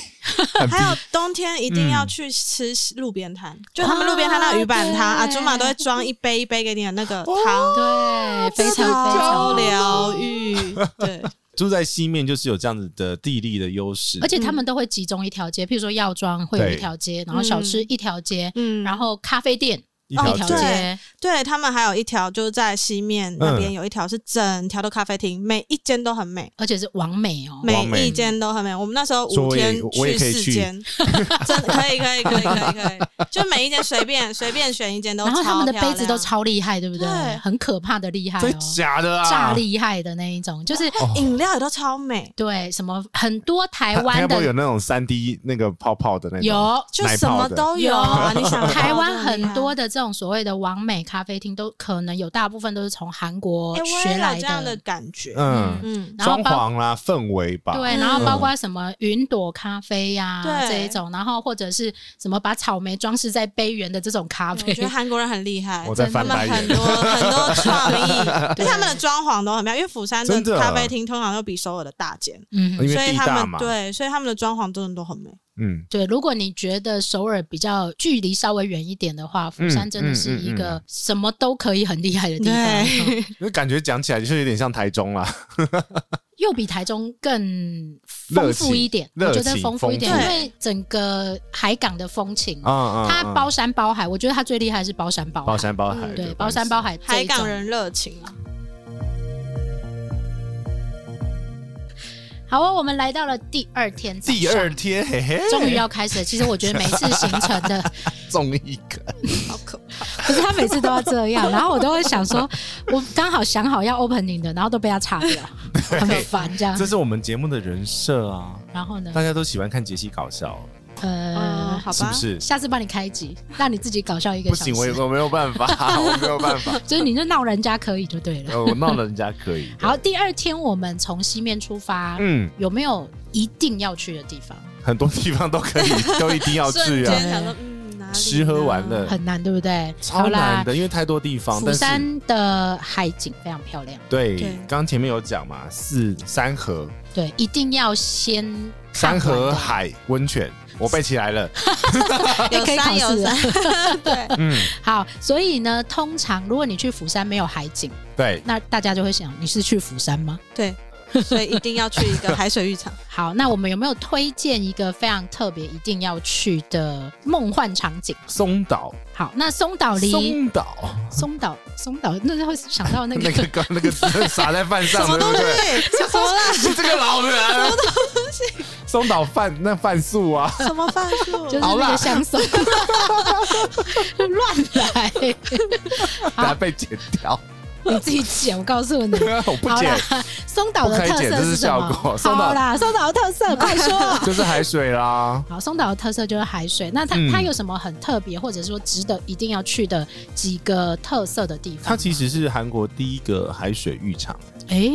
很逼
还有冬天一定
嗯
要去吃路边摊，就他们路边摊那鱼板汤，
哦
阿啊
对哦
祖玛都会装一杯一杯给你的那个汤，
对，非常非
超
常凉，
疗愈。 对，
住在西面就是有这样子的地利的优势，
而且他
嗯
们都会集中一条街，譬如说药妆会有一条街，然后小吃一条街，
嗯，
然后咖啡店
一
哦一条
条
对
街
街，
对他们还有一条就是在西面那边有一条是整条的咖啡厅，每一间都很美。
而且是完美哦。
每
美
一间都很美，我们那时候
所以
五天
我也可以
四
去
间， 真的可以可以可以可以可以，就每一间随 便随便选一间都
然后他们的
超漂
杯子都
亮
超厉害，对不对？
对
很可怕的厉害
真
哦
的，假的啊，
炸厉害的那一种，就是
哦
饮料也都超美，
对什么很多台
它它
湾
要不会有
的
那种三 D 那个泡泡的那种？
有
就什么都有啊！
奶
你想得到，
台
真
湾
的厉
很
害
多的这种所谓的完美咖啡厅，都可能有大部分都是从韩国
哎，我
学
也
来
有这样的感觉。
嗯，
嗯，
然后
装
包
潢啦，氛围吧，
对，
嗯
然后包括什么云朵咖啡呀、
对
这一种，然后或者是什么把草莓装饰在杯缘的这种咖
我
啡
觉，得韩国人很厉害
我，在
他
翻
们
白
很
眼
多。很 多创意，而且他们的装潢都很妙，因为釜山的
真的
咖啡厅通常都比首尔的大间，
嗯
因
哼，
为
所以
地
他
大
们
嘛
对，所以他们的装潢真的都很美。
嗯，
对。如果你觉得首尔比较距离稍微远一点的话，釜山真的是一
嗯嗯嗯
个什么都可以很厉害的地方， 嗯
那感觉讲起来就是有点像台中啦。
又比台中更丰富一点，
热
我
情
觉得丰富一点，
热
因
情
为整个海港的风情，
啊啊
它
啊
包山包海，我觉得它最厉害的是包山包海，
包山包海，
嗯
对，
的
包
关
山
系
包。海这
海
一种，
港人热情啊，
好哦，我们来到了第二天早上，
第二天，嘿嘿，
终于要开始了。其实我觉得每次行程 的，
中一个，
好可怕！
可是他每次都要这样，然后我都会想说，我刚好想好要 opening 的，然后都被他岔 掉，很烦这样
这。是我们节目的人设啊！
然后呢
大，家都喜欢看杰西搞笑，
嗯，
呃，
好
是
吧
不，是？
下次帮你开一集，让你自己搞笑一个
不
小
行，
时
我，也我没有办 法，我没有办法，
就是你就闹人家可以就对了。
呃我闹了人家可以。
好，，第二天我们从西面出发，
嗯，
有没有一定要去的地方？
很多地方都可以，都一定要
瞬
去啊，
间想说，嗯，哪里呢
吃喝玩乐
很难，对不对？
超
好
难
啦。
的，因为太多地方。
釜
但是
山的海景非常漂亮，
对
对，
刚前面有讲嘛，四三河
对，一定要先看
三
完
河
的
海温泉，我背起 来了。
有
可以考
山有
试
山，
了
啊 对，
嗯，
好，所以呢，通常如果你去釜山没有海景，
对，
那大家就会想你是去釜山吗？
对，所以一定要去一个海水浴场。
好，那我们有没有推荐一个非常特别、一定要去的梦幻场景？
松岛，
好，那松岛哦离
松岛，
松岛松岛，那就会想到那
那
个
个刚那个字撒在饭上，
什
对
么东
不
西
对？？
什么 啦？
这个老人，
啊
松岛饭那饭宿啊，
什么饭术？
就是那个香 松，乱来，哎啊
大家被剪 掉，
你自己剪，我告诉你。
我不
好
剪
啦，，松岛的特
不可以剪
色
这是
什么
效？果松岛
好啦，松岛的特色，快 说。
就是海水啦。
好，松岛的特色就是海水。那它、
嗯
它有什么很特别，或者说值得一定要去的几个特色的地方？
它其实是韩国第一个海水浴场，
哎、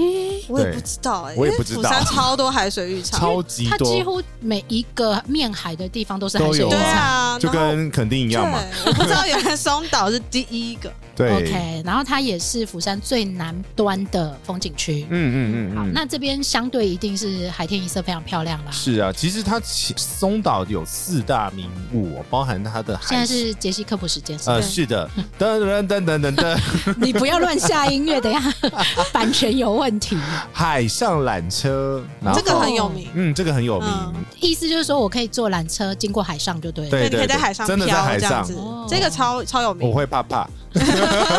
我也不知道哎、
我也
因为
不知道
釜山超多海水浴场，
超级
它几
多，
乎每一个面海的地方都是海水浴
都
对
有
场。
啊，
就
然后
跟垦丁一样嘛。
对我不知道原来松岛是第一个，
对，
OK，然后它也是釜山最南端的风景区。
嗯嗯
好，
嗯嗯，
那这边相对一定是海天一色，非常漂亮啦。
是啊，其实它其松岛有四大名物哦，包含它的
现
海
在。是杰西科普时间，是吧
呃，
对
是的，噔噔噔噔噔噔，
你不要乱下音乐，等一下版权有问题。
海上缆车， 然后
这个很有名。
嗯，这个很有名，
嗯
意思就是说我可以坐缆车经过海上就对了，
对
你可以在海上
真的在
漂
海
这样
上
子
哦，
这个超超有
我
名，
会怕怕。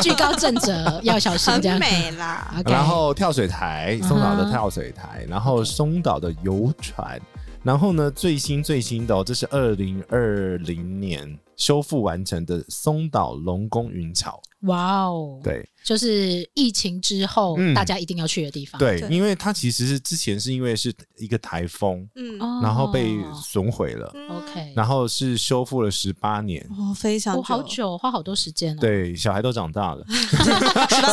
居高正者要小心
很
这样。
美 啦。
OK
然后跳水台，
嗯哼
松岛的跳水台，然后松岛的游船，然后呢，最新最新的哦，这是二零二零年修复完成的松岛龙宫云桥。
哇哦，
对
就是疫情之后、
嗯
大家一定要去的地方。，
对，
对
因为它其实是之前是因为是一个台风，
嗯
哦、
然后被损毁了，
嗯
OK，
然后是修复了十八年。
哦，非常
我、好，久，花好多时间哦。
对，小孩都长 大了。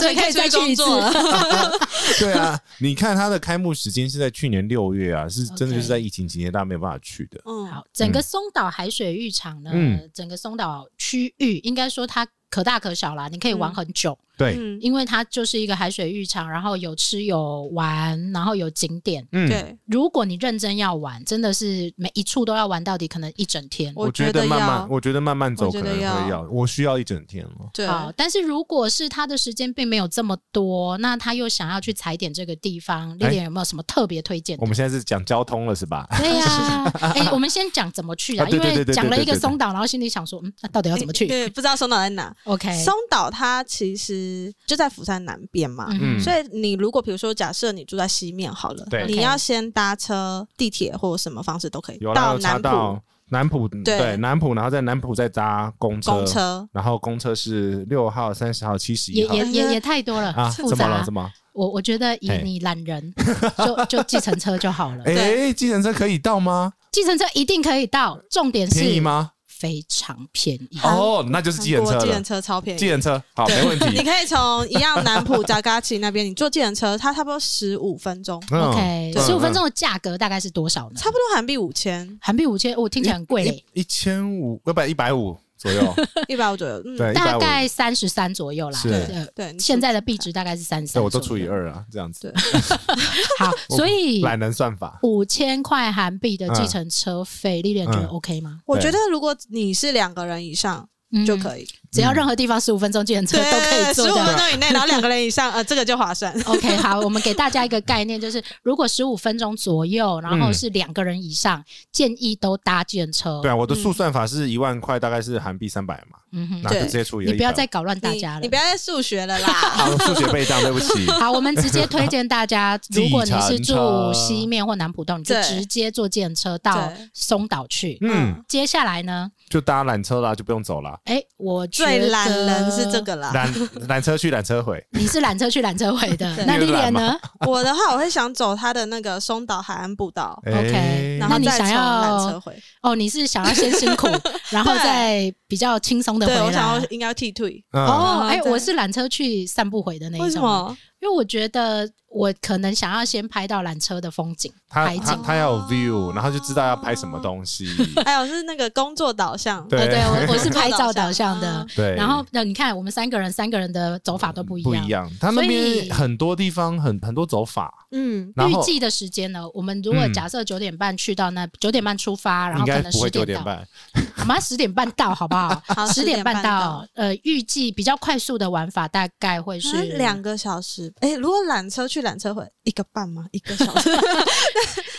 所以可以再
再去
去
一
一
次
次 了。
对啊，你看它的开幕时间是在去年六月啊，是真的就是在疫情期间，大家没有办法去的。
嗯，
好，整个松岛海水浴场呢，
嗯
整个松岛区域应该说它可大可小啦，你可以玩很久，
对，
嗯，
因为它就是一个海水浴场，然后有吃有玩，然后有景点。
嗯，
对，
如果你认真要玩，真的是每一处都要玩到底，可能一整天。
我
觉
觉
得
得
慢慢，
要，
我觉得慢慢走
我
可
觉
能
得
会
要
要，我需要一整天哦了。
对，
好，但是如果是他的时间并没有这么多，那他又想要去踩点这个地方，丽
哎
莲有没有什么特别推荐的
我？们现在是讲交通了是吧？
对呀、 哎、我们先讲怎么去啊，
啊对
因
对对
为
对
讲了
对
一个
对对
松岛，然后心里想说，嗯，那到底要怎么去
对，不知道松岛在哪。
？OK，
松岛它其实就在釜山南边嘛，
嗯
所以你如果比如说，假设你住在西面好了，
对
你要先搭车、地铁或什么方式都可以
有啦，
到
有查
南
到
浦
南浦，
对
对南浦，然后在南浦再搭公车，
公车。
然后公车是六号、三十号、七十
也
一号
也也也太多了，
啊，
复
怎么了？
杂
怎。么？
我我觉得以
嘿
你懒 人，就就计程车就好了。
哎，计程车可以到吗？
计程车一定可以到，重点
便宜
是
吗？
非常便宜。
哦，那就是计
韩
程
国
车
计
了
程。车超便宜，
计程车好，没问
你
题。
可以从一样南浦扎嘎奇那边，你坐计程车，它差不多十五分钟，
嗯
OK，
嗯
十五分钟的价格大概是多少呢？
差不多韩币五千
韩币五千，哦，听起来很贵嘞，
一一千五，不不，一百五 左右。
一百五左右。嗯，
对，一百
大
五。
概三十三左右啦。
是
呃
对，你
现在的币值大概是三十
对，
三，
我都除以。二啊，这样子。
对
好，所以
懒人算法，
五千块韩币的计程车费，丽莲觉得
嗯
OK 吗？
我觉得如果你是两个人以上
嗯
就可以，
只要任
嗯
何地方十五分钟计程车都可以坐
十五
的。
分钟以内，然后两个人以上，呃，这个就划算。
OK，好，我们给大家一个概念，就是如果十五分钟左右，然后是两个人以上，建议都搭计程车。
嗯对啊，我的速
嗯
算法是一万块，大概是韩币三百嘛，
嗯哼
那，就
对
直接除以
你不要
100
再搞 乱大
你
家了。
你不要再数学了 啦。
啊，数学被当，对不起。
好，我们直接推荐大家，如果你是
计程
住
车
西面或南浦洞，你就
对
直接坐电车到
对
松岛去。
嗯，
接下来呢？
就搭缆车啦，就不用走啦。
哎，我觉得
最懒人是这，
啊
个啦。
缆缆车去，缆车 回。
你是缆车去缆车回 的，
对
那丽
你有
莲
懒吗
呢
我的话，我会想走它的那个松岛海岸步道，
哎
然
那
后
你
再
想
从
要
缆车回。
哦，你是想要先辛 苦，然后
对
再比较轻松的
对，
回
我想
来
要。应该要剃退。
嗯，
哦，
嗯
哎，
对
我是缆车去散步回的那一
为什
种，
么？
因为我觉得我可能想要先拍到缆车的风景
他
海
他
景。
他要有 view，然后就知道要拍什么东西。
还有哎是那个工作导向。
呃，
对
对我 我是拍照导向
工作导
的
向，
对，嗯
然后那你看我们三个人三个人的走法都不一
不
样
一。样，他那
所以
边很多地方很很多走法，
嗯，
然
预
后
计的时间呢？我们如果
嗯
啊假设九点半去到那，九点半出发，然
应
后可
该
能
不会
十
九
点
点
到，
半，
妈赶快十点半到，好不 好？
好
十点半
10
到。呃，预计比较快速的玩法大概会是
啊两个小时，哎、如果缆车去缆车会一个半吗？一个 小时，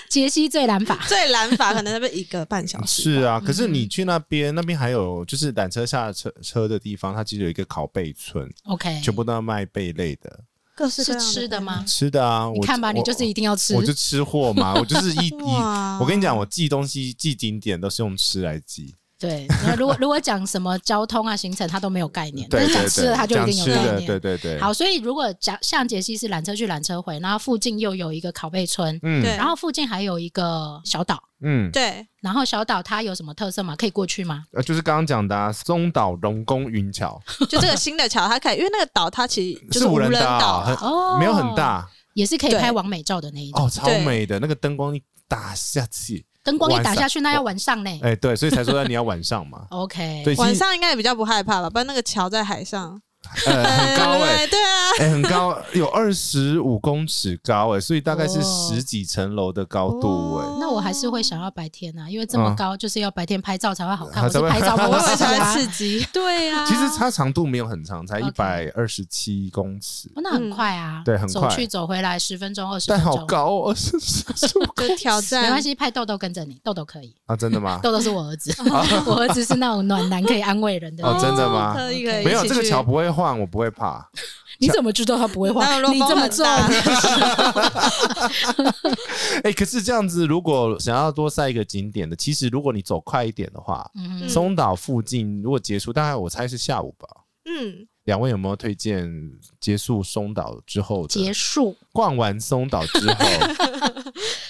杰西最难 法。
最懒法可能那边一个半小时。
是
嗯
啊，可是你去那边，那边还有就是缆车下车车的地方，它其实有一个烤贝村，
OK，
全部都要卖贝类的
各式各
是
样
吃的
配
吗
料？？
吃的啊。
你
我
看吧，
我
你就是一定要吃
我。就吃货嘛，我就是 一一，
哇
我跟你讲，我记东西记景点都是用吃来记，
对，然后如果如果讲什么交通啊、行程，他都没有概念，但
对
是
对
讲
对，
吃的他就一
讲
定有
吃
概
的，
念。
对对对。
好，所以如果讲像杰西是缆车去缆车回，然后附近又有一个烤贝村，
嗯，
对
然后附近还有一个小岛，
嗯，
对，
然后小岛它有什么特色吗？可以过去吗？
呃，就是刚刚讲的啊松岛龙宫云桥
就这个新的桥，它可以，因为那个岛它其实就是
无
人
人
岛
岛，
啊，
哦
很没有很，大
也是可以
对
拍完美照的那一种。
哦，超美的，那个灯光一打下去，
灯光一打
晚上
下去，那要晚上呢。，
哎，对，所以才说你要晚上嘛
OK，
对，其
晚
实
上应该也比较不害怕吧？不然那个桥在海上，
呃很高 哎，
对 啊，
哎、很高，有二十五公尺高哎、所以大概是
哦
十几层楼的高度哎、
哦
那我还是会想要白天啊，因为这么
嗯
高，就是要白天拍照才会好看。
啊
我是
才会
拍照模
我以为
式
才
啊
会，刺激，对啊。
其实它长度没有很长，才一
OK
百二十七公尺，
哦那很快啊，
嗯对很
走
快
去走回来十分钟、二十
但
分
好
钟，
高哦，是是是
就挑战，
没关，系，派豆豆跟着你，豆豆可以，
啊，真 的吗？
豆豆是我儿子，我儿子是那种暖男，可以安慰人的。
哦真的吗
可以可以，
没有
一起
这个
去
桥不会晃，我不会怕。
你怎么知道他不会
那
画？
如果
你这
风
么
很
重，
大
哎、可是这样子，如果想要多塞一个景点的，其实如果你走快一点的话，
嗯
嗯
松岛附近如果结束，大概我猜是下午吧。
嗯，
两位有没有推荐结束松岛之后的
结束
逛完松岛之 后，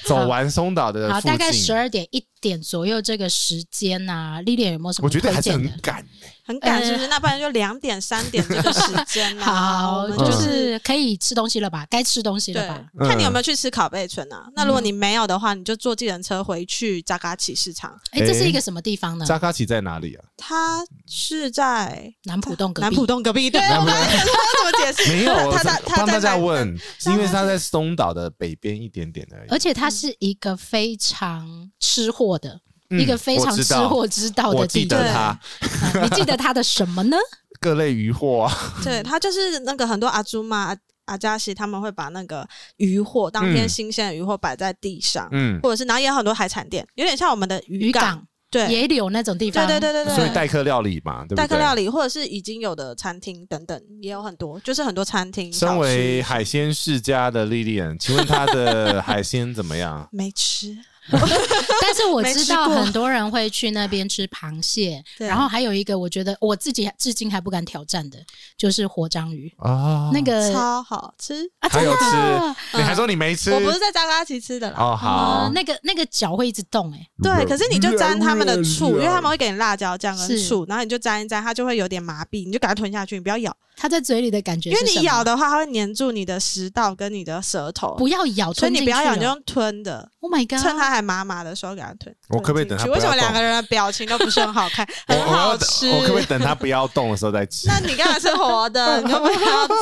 走完松岛的
好，
附
大概十
近，
二点一点左右这个时间呐，丽丽有没有什么
我觉得
推
还是
荐的
很？赶、欸。
很赶是不
呃
是？那不然就两点三点这个时间啦，
好 嗯
我，们
就
就是。
是可以吃东西了吧？该吃东西了
对
吧？，嗯
嗯
看你有没有去吃烤贝村啊？那如果你没有的话，你就坐计程车回去扎嘎奇市场。
哎，这是一个什么地方呢？
扎卡奇在 哪里啊？
它是在
南浦洞隔
南
壁
浦。洞隔壁。对，我 刚才想说要怎么解释？
没有，我
他在他
帮大
在
家
南
问，是因为他在松岛的北边一点点而已。
而且它是一个非常吃货的，一个非常
嗯我知
吃
道
货之道
我
的
记
地方。
得他
嗯你记得它的什么 呢？
各类鱼货 啊，
对，它就是那个很多阿朱玛、阿阿加西他们会把那个鱼货当天
嗯
新鲜的鱼货摆在地上，
嗯，
或者是然后也有很多海产店，有点像我们的
渔
港。
港、
对，
野柳那种地
对
方。
对对对对。
所以代客料理嘛，对不对？
代客料理，或者是已经有的餐厅等等，也有很多，就是很多餐厅。
身为
小吃
海鲜世家的莉莉安，请问她的海鲜怎么样？
没吃，
但是我
没
知
吃
道
过
很多人会去那边吃螃蟹，
对
然后还有一个我觉得我自己至今还不敢挑战的，就是活章鱼。
啊，
那个
哦超好吃。
啊，
还有吃
啊，
你还说你没吃？
我不是在扎嘎奇吃的啦。
哦，好
呃，那个那个脚会一直动哎、
对，可是你就沾他们的醋，因为他们会
会
给你辣椒酱跟
是
醋，然后你就沾一沾，它就会有点麻痹，你就赶快吞下去，你不要咬，
它在嘴里的感觉
因
是
为
什么，
你咬的话，它会粘住你的食道跟你的舌头，
不要咬，
所以你
吞进
不要
去啊
咬，你就
了
用吞的，
Oh my god！
趁它还麻麻的时候给它吞。
我可不可以
吞
等它
进去
不
为什
要
么两
动
个人的表情都不是很好看？
我
很
我要
好
等
吃。
我可不可以等它不要动的时候再吃？
那你刚才是活 的，你要不要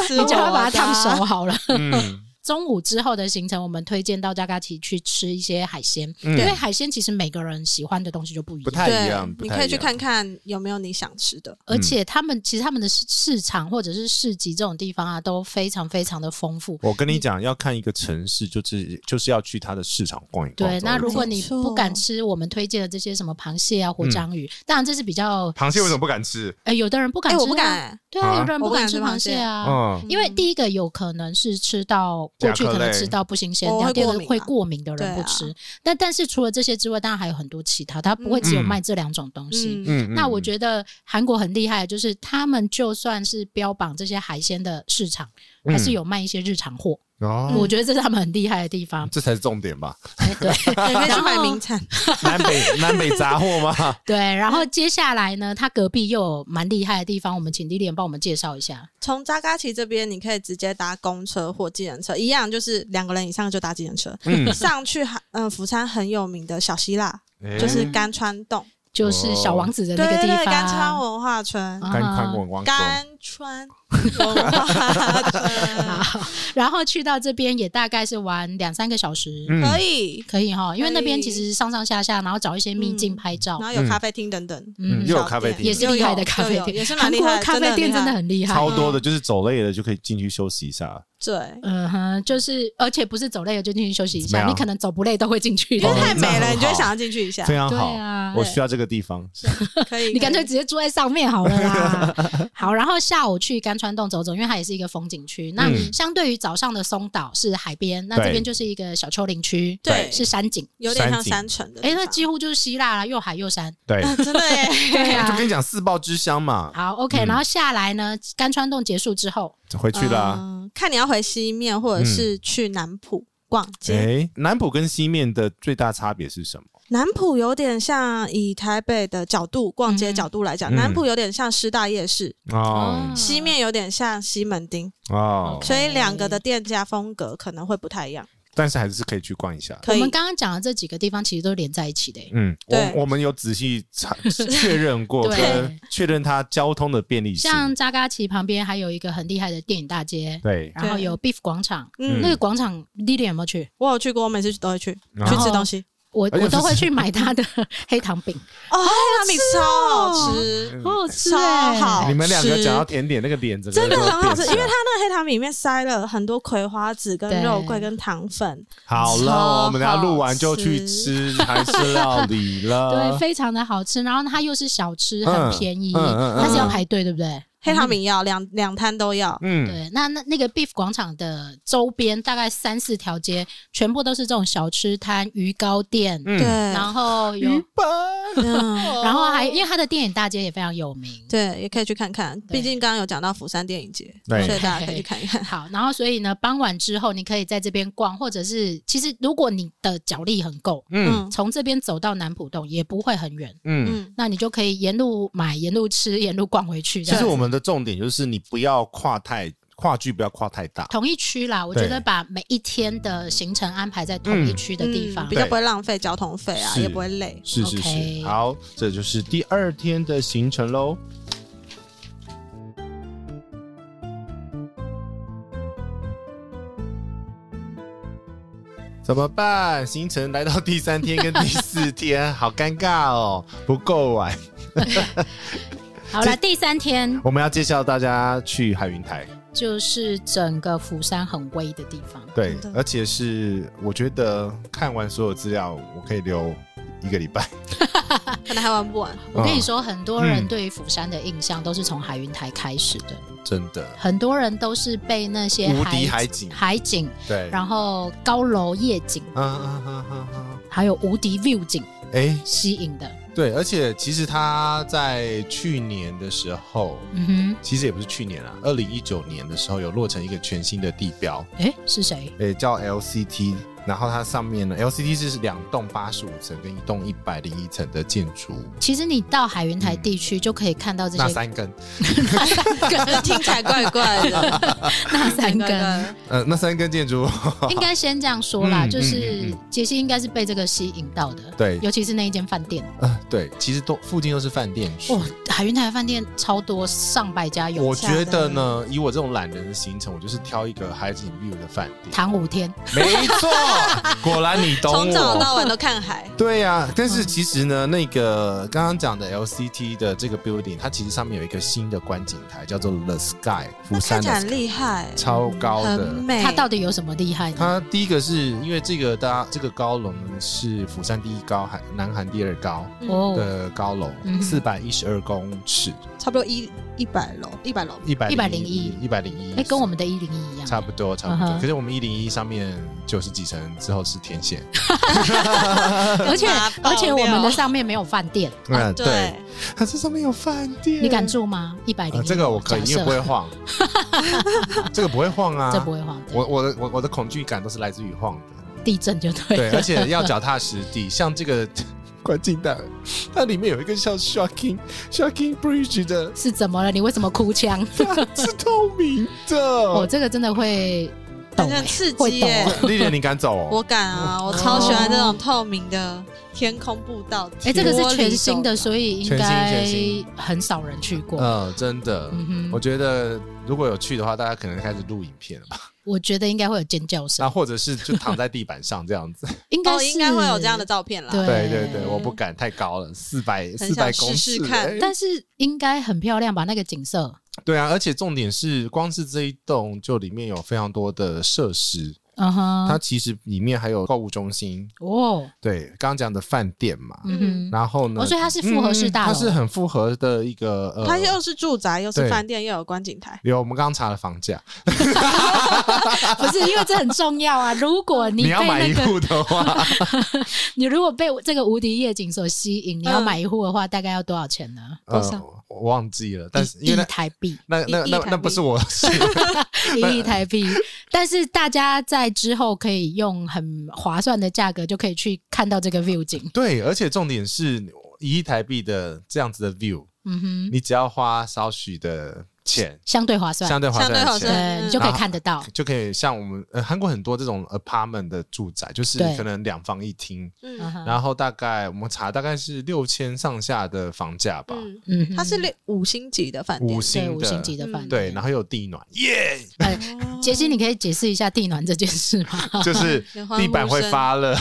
吃？
你就要把它烫熟。啊好了。
嗯，
中午之后的行程，我们推荐到扎嘎奇去吃一些海鲜，
嗯
因为海鲜其实每个人喜欢的东西就不一
不
样。
太一
对
样，，不
你
太
可以
一
去
样。
看看有没有你想吃的。
而且他们其实他们的市市场或者是市集这种地方啊，都非常非常的丰富。
我跟你讲，要看一个城市，就是就是要去它的市场逛一逛。
对，
走一
那如
走
果你
哦没错嗯
不敢吃我们推荐的这些什么螃蟹啊、活章鱼，当然这是比较
螃蟹为什么不敢吃？
呃，有的人不敢
哎，
吃、
我不敢，欸，
对啊，有
啊
的人
我
不
不敢
敢吃
吃
螃
螃
蟹
蟹
啊，
嗯，
因为第一个有可能是吃到
甲
过去
壳
可能
类
吃到不新鲜，
哦
然后
会
第二
过
个
敏
会
啊
过敏的
对
人不
啊
吃。但但是除了这些之外，当然还有很多其他，它不会只有
嗯
卖这两种东西。
嗯，
嗯，
那我
得
觉得韩国很厉害，就是他们就算是标榜这些海鲜的市场，还
嗯
是有卖一些日常货。
哦，
我觉得这是他们很厉害的地方。
这才是重点 吧？
哎对
你可以去买
然后
名 产。
南北南北杂货吗？
对，然后接下来呢，他隔壁又有蛮厉害的地方，我们请丽莲帮我们介绍一下。
从扎嘎奇这边，你可以直接搭公车或计程车，一样就是两个人以上就搭 计程车
嗯，
呃上去。嗯，釜山很有名的小希腊
哎
就是甘川洞，
就是小
哦
王子的
对
那个
对
地
对，
方。
甘川文化村，
啊
干看过光说，
甘川文化 村
好然后去到这边也大概是玩两三个小时，
嗯
可以，
可以哈，因为
可以
那边其实上上下下，然后找一些秘境
嗯
拍照
然，后有咖啡厅等等，
嗯又有咖啡厅
也是厉害的咖啡
又有
店，
也是蛮
韩
厉
国
害的，
咖啡店真的
很
很厉害。
害
超多的，就是走累了就可以进去休息一下。
对。
嗯哼，就是而且不是走累了就进去休息一
没
下，
有
你可能走不累都会进去
因
的
为。
哦
太美
那
了，
很
你就会
好
想要进去一下
非。常
对
哦好，
啊，
我需要这个地方。
可以，
你干
可
脆
以
直接住在上面好 了啦。好，然后下午去甘川洞走走，因为它也是一个风景区。那
嗯
相对于早上的松岛是海边，那
对
这边就是一个小丘陵区，
对
是山景。
有点像
山
山城的地
哎，
方。哦
那几乎就是希腊啦，又海又山。
对，
真的耶，
对
就
啊
跟。你讲四报之乡嘛，
好，OK，然后下来呢，甘川洞结束之后，
回 去啦。嗯
嗯看你要回西面，或者是去南浦逛街。
哎，南浦跟西面的最大差别是什么？
南浦有点像以台北的角度逛街
嗯
角度来讲，
嗯
南浦有点像师大夜市，
哦
嗯
西面有点像西门町，
哦，
所以两个的店家风格可能会不太一样。
但是还是可以去逛一下。
我
可以
们，刚刚讲的这几个地方其实都连在一起的欸。
嗯，
对
我我们有仔细 查确认过，
对
跟确认它交通的便利性。
像扎嘎奇旁边还有一个很厉害的电影大街，
对，
然后
对
有 Beef 广场，
嗯
那个广场 Lily 有没有去？
我有去过，我每次都会去
然
去
后
吃东西。
我
而且
我都
不是
会去买它的黑糖 饼，
哦，黑拉米超好吃，
好好吃
超
欸
好
哦你们两个
吃
讲到甜点那个脸，真
真的很好吃，因为它那个黑糖饼里面塞了很多葵花籽、跟
对
肉桂、跟糖
嗯
粉，
好
超
了，
好
我们等下录完就去吃韩式料理
对，
了。
非常的好吃。然后它又是小吃，
嗯
很便宜，
啊嗯嗯嗯
但是要排队，对不对？
黑糖饼要两两摊都要。
嗯，
对，那那那个 Beef 广场的周边大概三四条街，全部都是这种小吃摊、鱼糕店，
嗯
对，
然后有，
嗯，
然后还因为它的电影大街也非常有名。
对，也可以去看看。
对
毕竟刚刚有讲到釜山电影节，所
对
以大家可以去看一看。
好，然后所以呢，傍晚之后你可以在这边逛，或者是其实如果你的脚力很够，
嗯
嗯
从这边走到南浦洞也不会很远，
嗯。
嗯，
那你就可以沿路买、沿路吃、沿路逛回去。这
其
样
实
子
我们的重点就是你不要跨太跨距，不要跨太大。
同一区啦，我
对
觉得把每一天的行程安排在同一区的地方
嗯比。较不会浪费交通费啊，
是
也不会累。
是是
OK
是，好，这就是第二天的行程喽。怎么办？行程来到第三天跟第四 天，好尴尬哦，不够玩。
好了，第三天
我们要介绍大家去海云台，
就是整个釜山很威的地方。
对
真，的
而且是我觉得看完所有资料，我可以留一个礼拜。
可能还玩不 完，
我跟你
嗯，
说，很多人
嗯
对于釜山的印象都是从海云台开始的，
真的
很多人都是被那些
无敌海景，
海景，
对，
然后高楼夜景，
嗯嗯嗯嗯嗯，
还有无敌 view 景
哎、诶
吸引的。
对，而且其实他在去年的时候，
嗯
其实也不是去年啦，二零一九年的时候有落成一个全新的地标，
哼，诶，是谁？
诶、叫 LCT。然后它上面呢，LCT 是两栋八十五层跟一栋一百零一层的建筑物，
其实你到海云台地区就可以看到这
那
些
三根，
听起来怪怪的。
那三
怪怪
根。
的
呃，那三根建筑 物，
应该先这样说啦，
嗯
就
嗯嗯
是
嗯
杰西应该是被这个吸引到的，
对
尤其是那一间饭店，
呃，对，其实都附近都是饭店区。
哇，海云台饭店超多，上百家有，
我觉得呢，以我这种懒人的行程，我就是挑一个海景 view 的饭店。
谈五天，
没错，果然你懂我。
从早到晚都看海，
对呀、但是其实呢，那个刚刚讲的 LCT 的这个 building，它其实上面有一个新的观景台，叫做 The Sky，釜
那看
山
起
的
来
Sky，
很厉害，
超高
很
的。
美。
它到底有什么厉害呢？
它第一个是因为这个大家这个高楼呢是釜山第一高，韩南韩第二高
嗯
哦，
的高楼
嗯，
四百一十二公尺，
差不多一一百楼，一百 楼。
一
101
百一百零一，
哎，跟我们的一零一一样，
差不多差不
嗯
多。
哼
可是我们一零一上面九十几层之后是天线，
而且
妈爆
而且我们的
料
上面没有饭店，
嗯，
啊对，，
它这上面有饭店，
你敢住吗？一百
啊，
零，
这个我可以，因为不会晃，这个不会晃啊，
这不会晃，对
我我的我我的恐惧感都是来自于晃的，
地震就对
对，啊
了
而，且要脚踏实地。 像这个关进蛋，它里面有一个像 Shocking Shocking Bridge 的，
是怎么了？你为什么哭腔？
是透明
哦，
的，
这个真的会抖、
感觉很刺
会
激
抖
耶、
丽莲，你敢走哦？
我敢啊，我超喜欢这种透明的天空步道。
哎、这个是全新的，
以
所以应
全新
该
全新
很少人去过。
嗯，真的，
嗯
我
哼，
觉得如果有去的话，大家可能开始录影片了吧？
我觉得应该会有尖叫声
那，或者是就躺在地板上这样子。
应该
哦，
是
应该会有这样的照片啦。
对
对对对，我不敢太高了，四百
很
四百
想
公
试
尺
试。看
哎
但是应该很漂亮吧？那个景色，
对啊，而且重点是，光是这一栋就里面有非常多的设施，
嗯哼，
它其实里面还有购物中心，
哦，
对，刚刚讲的饭店嘛，
嗯哼，
然后呢
哦，，所以它是复合式大
嗯
楼，
它是很复合的一个呃，
它又是住宅，又是
对
饭店，又有观景台。
有我们刚刚查了房价，
不是因为这很重要啊？如果你
你
被
要买
那
一
个，
户的话，
你如果被这个无敌夜景所吸引，你要
嗯
买一户的话，大概要 多少钱呢？
多少
呃，我忘记了，但是因为
一亿
那
台 币，
那那
一亿
那
台
那不
币
是我的事，
一亿台币。但是大家在之后可以用很划算的价格就可以去看到这个 view 景。
对，而且重点是一亿台币的这样子的 view，
嗯哼，
你只要花少许的钱，
相对划算，
相对划
相
算
对
的
划
钱。
对，
嗯
你就可以看得到。
就可以像我们呃韩国很多这种 apartment 的住宅，就是
对
可能两房一厅，
嗯
嗯
哼
然后大概我们查大概是六千上下的房价吧，
嗯，
嗯哼，
它是六五星级的饭店
五。
对
星
五星级
的，
的饭店，
对，然后有地 暖，耶，
呃，
哦
杰西，你可以解释一下地暖这件事 吗？
就是
哦有欢呼
地板会
声
发热，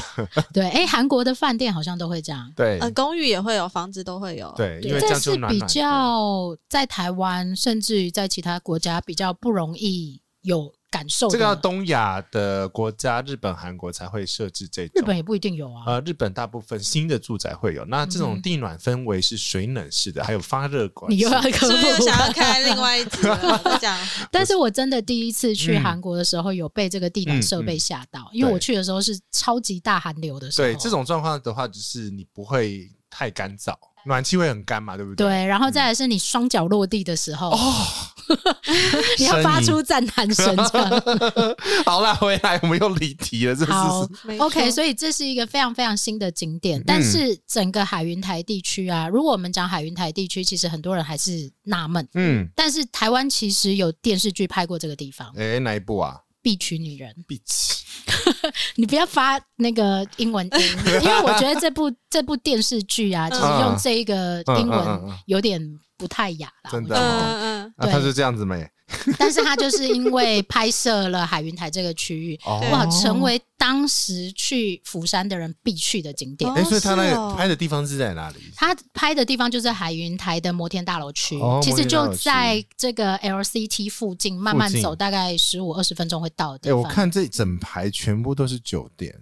对，哎，韩国的饭店好像都会这样。
对
呃，公寓也会有，房子都会有。
对，因为这
这
样就是暖
比
暖的。
较在台湾，甚至于在其他国家比较不容易有感受的。
这个要东亚的国家，日本、韩国才会设置这种。
日本也不一定有啊。
呃，日本大部分新的住宅会有，那这
嗯
种地暖氛围是水冷式的，还有发热管。
你又要
是
科
不
普
是
了，
想要开另外一集了？再讲，
但是我真的第一次去
嗯
韩国的时候，有被这个地暖设备吓到，因为我去的时候是超级大寒流的时候。
对这种状况的话，就是你不会太干燥，暖气会很干嘛，对不对？
对，然后再来是你双脚落地的
哦
时候，哦你要发出赞叹声这样。
好啦，回来我们又离题了，这
好
是嗯
没错
OK，所以这是一个非常非常新的景点，但是整个海云台地区啊，如果我们讲海云台地区，其实很多人还是纳闷。
嗯，
但是台湾其实有电视剧拍过这个地方，《
哎，哪一部啊
必娶女人》。
？Beach
你不要发那个英 文音，因为我觉得这部 这部电视剧
嗯
啊，其实用这一个英
嗯嗯嗯
文
嗯
有点不太雅啦。
真的
我觉得
嗯嗯
啊，
对
它是这样子没？
但是它就是因为拍摄了海云台这个 区域，
哦
对
哇，成为当时去釜山的人必去的景点。
哦
哎，所以它那
是哦
个拍的地方是在哪里？
他拍的地方就是海云台的摩天大楼区，
哦
其实
摩天大
就
楼区
在这个 LCT 附近，慢慢走大概十五二十分钟会到的地
哎，
方。
我看这整排全部都是酒店，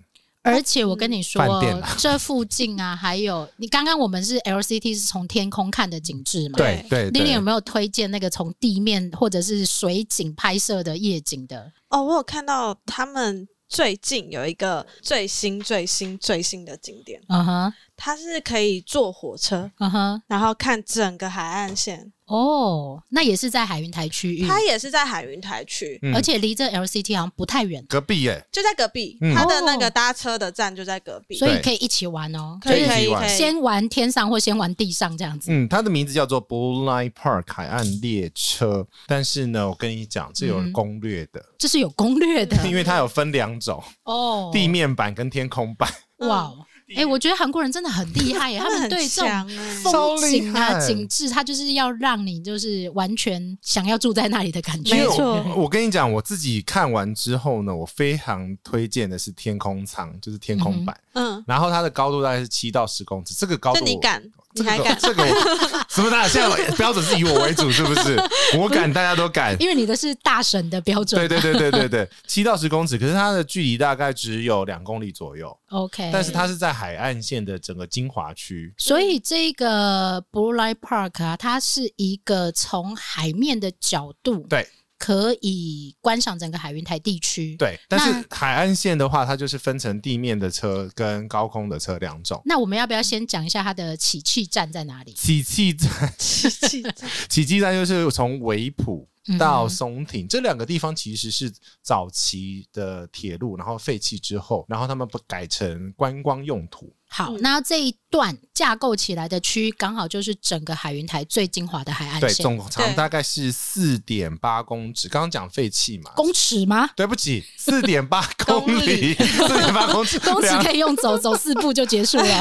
而且我跟你说
饭店啊，
这附近啊，还有你刚刚我们是 LCT 是从天空看的景致嘛？
对对
丽丽有
对，
没有推荐那个从地面或者是水景拍摄的夜景的？
哦，我有看到他们最近有一个最新、最新、最新的景点，
嗯哼，
它是可以坐火车，
嗯哼，
然后看整个海岸线。
哦，那也是在海云台区域，
它也是在海云台区，
嗯
而且离这 LCT 好像不太远，
隔壁耶，
就在隔壁，
嗯
它的那
哦
个搭车的站就在隔壁。
所以
对
可以一起玩哦。
可以
可以
可
一
以
起玩
可以，
先玩天上或先玩地上这样子。
嗯，它的名字叫做 Bullline Park 海岸列车，但是呢，我跟你讲，这有
嗯
攻略的，
这是有攻略的
因为它有分两种，
哦。
地面版跟天空版。
哇哦，哎、我觉得韩国人真的很厉害耶，他们
很
对这种
强哎，
风景
超厉
啊、
害
景致，它就是要让你就是完全想要住在那里的感觉。
没
因为
错
我我跟你讲，我自己看完之后呢，我非常推荐的是天空舱，就是天空版，
嗯，
然后它的高度大概是七到十公尺，这个高
这
度
你
我。
敢，
这
你
个
还敢？
这个 我什么大？现在标准是以我为主，是不是？我敢，大家 都敢。
因为你的是大神的标准
对对对对对对，七到十公尺，可是它的距离大概只有两公里左右，
哎
，OK。
但是它是在海岸线的整个精华区。
所以这个 Blue Light Park 啊，它是一个从海面的角度，
对，
可以观赏整个海云台地区。，
对，但是海岸线的话，它就是分成地面的车跟高空的车两种。
那我们要不要先讲一下它的起讫站在哪里？
起讫站，
奇迹在
起讫站就是从维普到
嗯
松亭、这两个地方，其实是早期的铁路，然后废弃之后，然后他们不改成观光用途。
好
嗯，
那这一段架构起来的区域，刚好就是整个海云台最精华的海岸
对，
线，
总长大概是四点八公尺。刚刚讲废弃嘛，
公尺吗？
对不起，四点八公里，四点八公尺，
公尺
对啊
可以用走， 走四步就结 束了。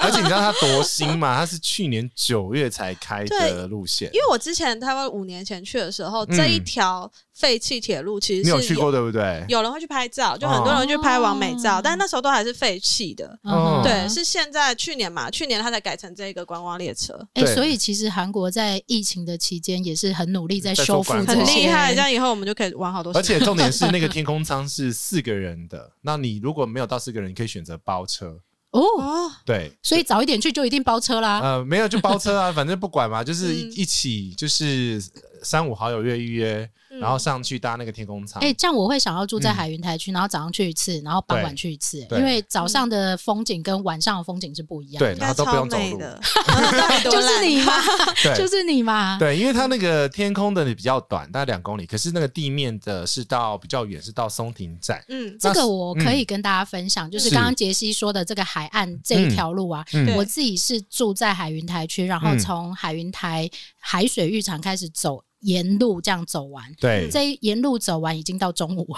而且你知道它多新嘛？它是去年九月才开的路线
因，为我之前台湾五年前去的时候，
嗯
这一条废弃铁路其实
你
是
有去过对哦不对？
有人会去拍照，就很多人会去拍完美照，
哦
但那时候都还是废弃的。
嗯
嗯
哦
对，是现在去年嘛，去年它才改成这个观光列车，
哎，
对
所以其实韩国在疫情的期间也是很努力在
在
修
做
复
观
嗯这
很
光
些，
厉害。这样以后我们就可以玩好多事。
而且重点是那个天空舱是四个人的，那你如果没有到四个人，你可以选择包车。
哦。
哦，
对，
所以早一点去就一定包车啦。
呃，没有就 包车啊，反正不管嘛，就是
嗯
一一起就是三五好友约一约，
嗯
然后上去搭那个天空舱。
哎，这样我会想要住在
嗯
海云台区，然后早上去一次，然后傍晚
对
去一次，
对
因为早上的风景跟晚上的风景是不一样
对，
的。
然后都不用走路
应， 该超美的，
就是你吗？
对，
就是你嘛。
对，因为它那个天空的比较短，大概两公里，可是那个地面的是到比较远，是到松亭站。
嗯，
这
那
个
是
我可以跟大家分享，就是
是
刚刚杰西说的这个海岸这一条路啊，
嗯
对
我自己是住在海云台区，然后
嗯
从海云台海水浴场开始走，沿路这样走完，
对，
这一沿路走完已经到中午，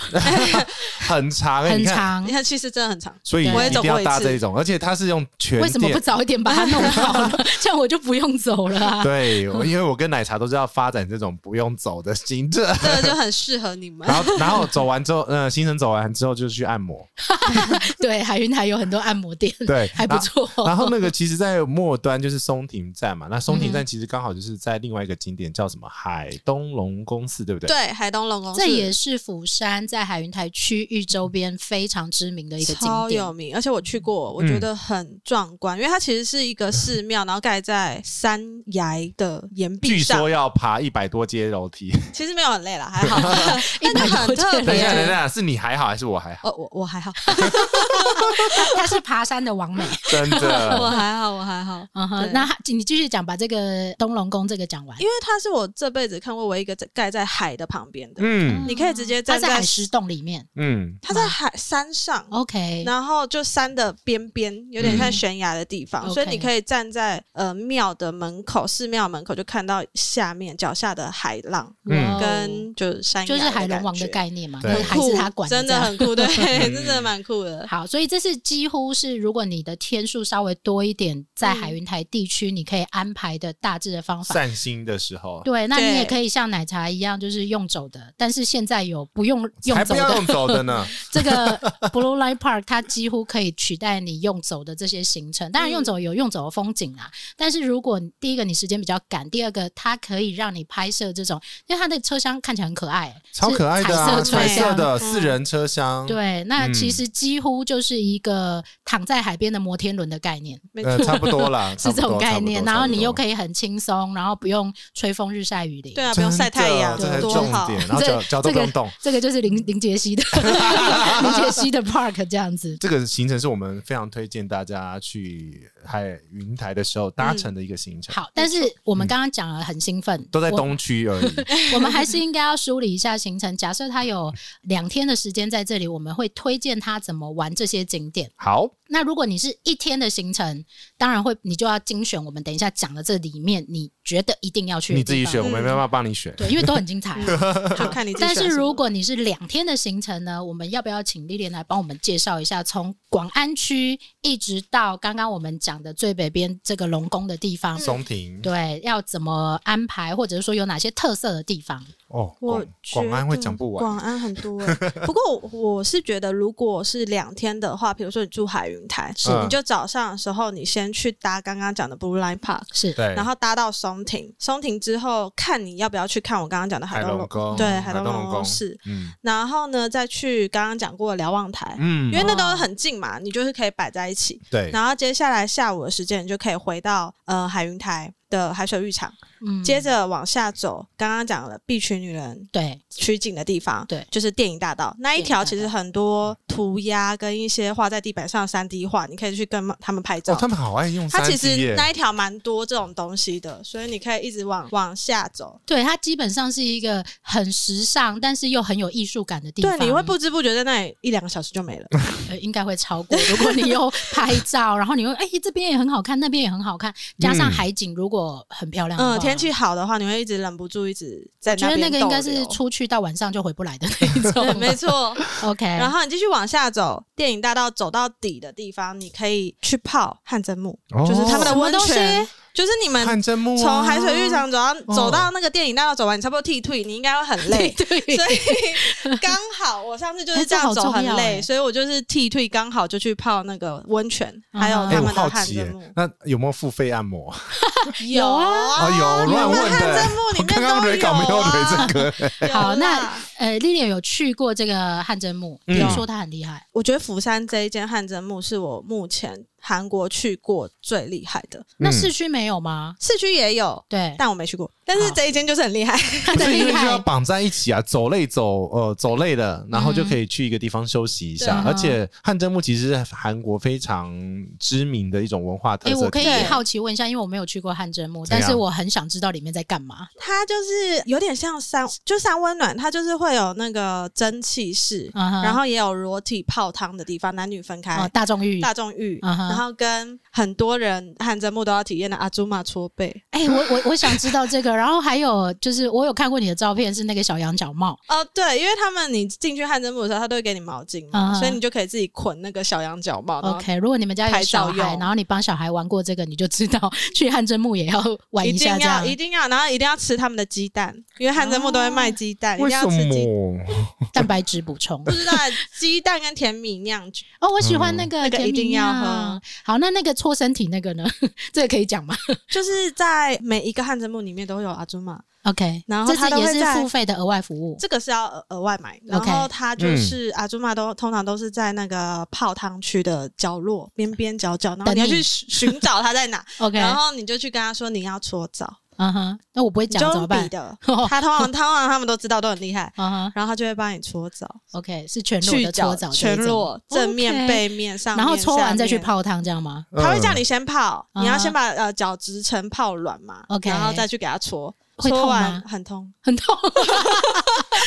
很长，欸
很
哎你看，
长
你。看，其实真的很长。
所以
对
一定要搭
我也走过一次
这一种，而且它 是用全
为什么不
电。
早一点把它弄好 呢？这样我就不用走了 啊。
对，我因为我跟奶茶都知道发展这种不用走的行程，
这个就很适合你 们
然，后然后走完之后，呃，行程走完之后就去 按摩，
对，海云台有很多按摩店，
对，
还不错。
然后那个其实，在末端就是松亭站嘛，那松亭站其实刚好就是在另外一个景点叫什么海东龙宫寺，对不对？
对，海东龙宫
这也是釜山在海云台区域周边非常知名的一个景
超有
点。
名，而且我去过，我
嗯
觉得很壮观，因为它其实是一个寺庙，然后盖在山崖的岩壁
据
上
说，要爬一百多阶楼梯。
其实没有很累啦，还好，但就很特
等一下，等
别。
一下，是你还好还是我还好？
哦，我我还好，
它是爬山的王美。
真
我
的，
还好，我还好。
嗯
对
哼，那他你继续讲，把这个东龙宫这个讲完
因。为它是我这辈子看过唯一一个在盖在海的旁边的，
嗯
你可以直接
它
站
在海哦石洞里面
嗯，
它在海山上，
，OK，
然后就山的边边，有点像悬崖的地方，
嗯
所以
OK
你可以站在呃庙的门口，寺庙门口就看到下面脚下的海浪
嗯
哇哦
跟就是山崖
就是海龙王的
的觉。
概念嘛，
对
那还
酷
是他管
真
这
的
样
很酷， 对，真
嗯
的蛮酷的。
好，所以这是几乎是，如果你的天数稍微多一点，在
嗯
海云台地区，你可以安排的大致的方法。
散心的时候，
对，那你
对
也可以像奶茶一样，就是用走的，但是现在有不用用
还
走
不要
的。
用走的呢。
这个 Blue Line Park 它几乎可以取代你用走的这些行程。当然，
嗯
用走有用走的风景啊，但是如果第一个你时间比较赶，第二个它可以让你拍摄这种，因为它的车厢看起来很可爱，
超可爱的啊，
是
彩
彩
色
车
色
厢。
的
车厢
四人车厢，，
对，那
嗯
其实几乎就是一个躺在海边的摩天轮的概念。
没
呃，
错，
差不多啦，
是这种概念，然后你又
以
可以很轻松，然后不用吹风日晒雨淋。
对啊，不用晒太阳，
这才是
多
重
好。
点，然后脚脚都不用动。
这个就是林林杰西的 林杰西的 park 这样子。
这个行程是我们非常推荐大家去海云台的时候搭乘的一个行
嗯
程，
好，但是我们刚刚讲了很兴奋，
嗯都在
我。
东区而已。
我们还是应该要梳理一下行程。假设他有两天的时间在这里，我们会推荐他怎么玩这些景点。
好，
那如果你是一天的行程，当然会你就要精选我们等一下讲的这里面你觉得一定要去的
你自己
地方
选，我没办法帮你选。
对，因为都很精彩啊、
就看你自己
但
喜欢什么。
是如果你是两天的行程呢，我们要不要请丽莲来帮我们介绍一下，从广安区一直到刚刚我们讲的最北边这个龙宫的地方？
松
嗯
亭
对，要怎么安排，或者是说有哪些特色的地方？
哦，
我
广广安会讲不完。
广安很多欸、不过我是觉得，如果是两天的话，比如说你住海云台，
是
你就早上的时候，你先去搭刚刚讲的 Blue Line Park，
是
对，
然后搭到松亭，松亭之后看你要不要去看我刚刚讲的
海
海东
龙
龙，
宫，
对，海东
东
龙
宫
宫寺，
嗯
然后呢再去刚刚讲过的瞭望台，
嗯
因为那都很近嘛，你就是可以摆在一起。
对，
然后接下来下午的时间，你就可以回到呃海云台，的海水浴场，
嗯，
接着往下走，刚刚讲了必群女人
对
取景的地方，
对
就是电影大道那一条，其实很多涂鸦跟一些画在地板上的三 D 画，你可以去跟他们拍照。
哦，他们好爱用
它
三
其
D
实
耶，
那一条蛮多这种东西的，所以你可以一直往往下走。
对，它基本上是一个很时尚，但是又很有艺术感的地方。
对，你会不知不觉在那里一两个小时就没了。
呃，应该会超过。 如果你又拍照，然后你又哎、这边也很好看，那边也很好看，加上
嗯
海景如果很漂亮的话，
嗯，天气好的话，你会一直忍不住一直在
觉得那
边
个
逗留。
应该是出去到晚上就回不来的 那一
对，
种。
没 错。
OK，
然
然
后你继续往下走，电影大道走到底的地方，你可以去泡汗蒸木，
哦
就是他们的温
什么东
泉
西，
就是你们
汗蒸木啊
从海水浴场走到、
哦
走到那个电影大道走完，你差不多剃退，你应该会很 累。
对
所以刚好我上次就是这样
哎这
走
好
很
重要
累，
哎
所以我就是剃退，刚好就去泡那个温泉，
嗯
还有
哎
哎，
他
我
们的
好
汗
奇
蒸
耶
木。，
那有没有付费按摩？
有啊
啊，有乱问
汗
的
蒸。木里
我
面
刚刚
都
蕊
有
稿没有蕊
啊
这个，
有
好那
啦
呃，丽丽有去过这个汗蒸木，
嗯
听说它很厉害。
我觉得釜山这一间汗蒸木是我目前韩国去过最厉害的，
嗯
那市区没有吗？
市区也有，
对，
但我没去过。但是
好
这一间就是很厉害，
它
不
的
是因
厉
为就要
害。
绑在一起啊，走累走呃走累了，然后就可以去一个地方休息一下。
嗯对
而且汗蒸木其实是韩国非常知名的一种文化特
哎，
色。
我可以
对
好奇问一下，因为我没有去过汗蒸木，
怎
但
样
是我很想知道里面在干嘛。
它就是有点像三，就三温暖，它就是会有那个蒸汽室，
嗯哼
然后也有裸体泡汤的地方，男女分开。
哦，大众浴。
大众浴，
嗯哼
然后跟很多人汗蒸木都要体验的阿祖玛搓背
哎、我我我想知道这个，然后还有就是我有看过你的照片，是那个小羊角帽，
哦，对，因为他们你进去汗蒸木的时候，他都会给你毛巾嘛，
嗯哼
所以你就可以自己捆那个小羊角帽，然后
OK，如果你们家有
拍
小
照
孩，
用
然后你帮小孩玩过这个，你就知道 去汗蒸木也要玩
一
下
定
这
要。
样
一定要，然后一定要吃他们的鸡蛋，因为汗蒸木都会
哦
卖鸡蛋，一
为
定
什
要吃鸡。
么？
蛋白质补充
不。知道鸡蛋跟甜米酿酒，
哦，我喜欢那个
那个
甜
一定
米
要
酿
喝。
好，那那个搓身体那个呢？ 这个可以讲吗
就是在每一个汗蒸木里面都有阿祖玛，
？OK，
然后
这
它
是
都
也
会
是
在
付费的额外服务。
这个是要额额外买，然
OK
后它就是、阿祖玛都通常都是在那个泡汤区的角落边边角角，然后
等
你要
你
去寻寻找它在哪，
OK，
然后你就去跟他说你要搓澡，
嗯哼，那我不会
你
讲
就
怎么
用笔
办？，
的
嗯
他通常他通常他们都知道都很厉害，
哼
然后他就会帮你搓澡，
，OK，是全裸
去
的搓
角
澡这一
全
种，
裸正面
OK
背面上面，
然后搓完
下
再去
面。
泡汤，这样吗？
他会叫
嗯
你先泡，
嗯
你要先把呃脚趾层泡软嘛
OK
然后再去给它搓，
会痛
搓完
吗
很痛，
很痛，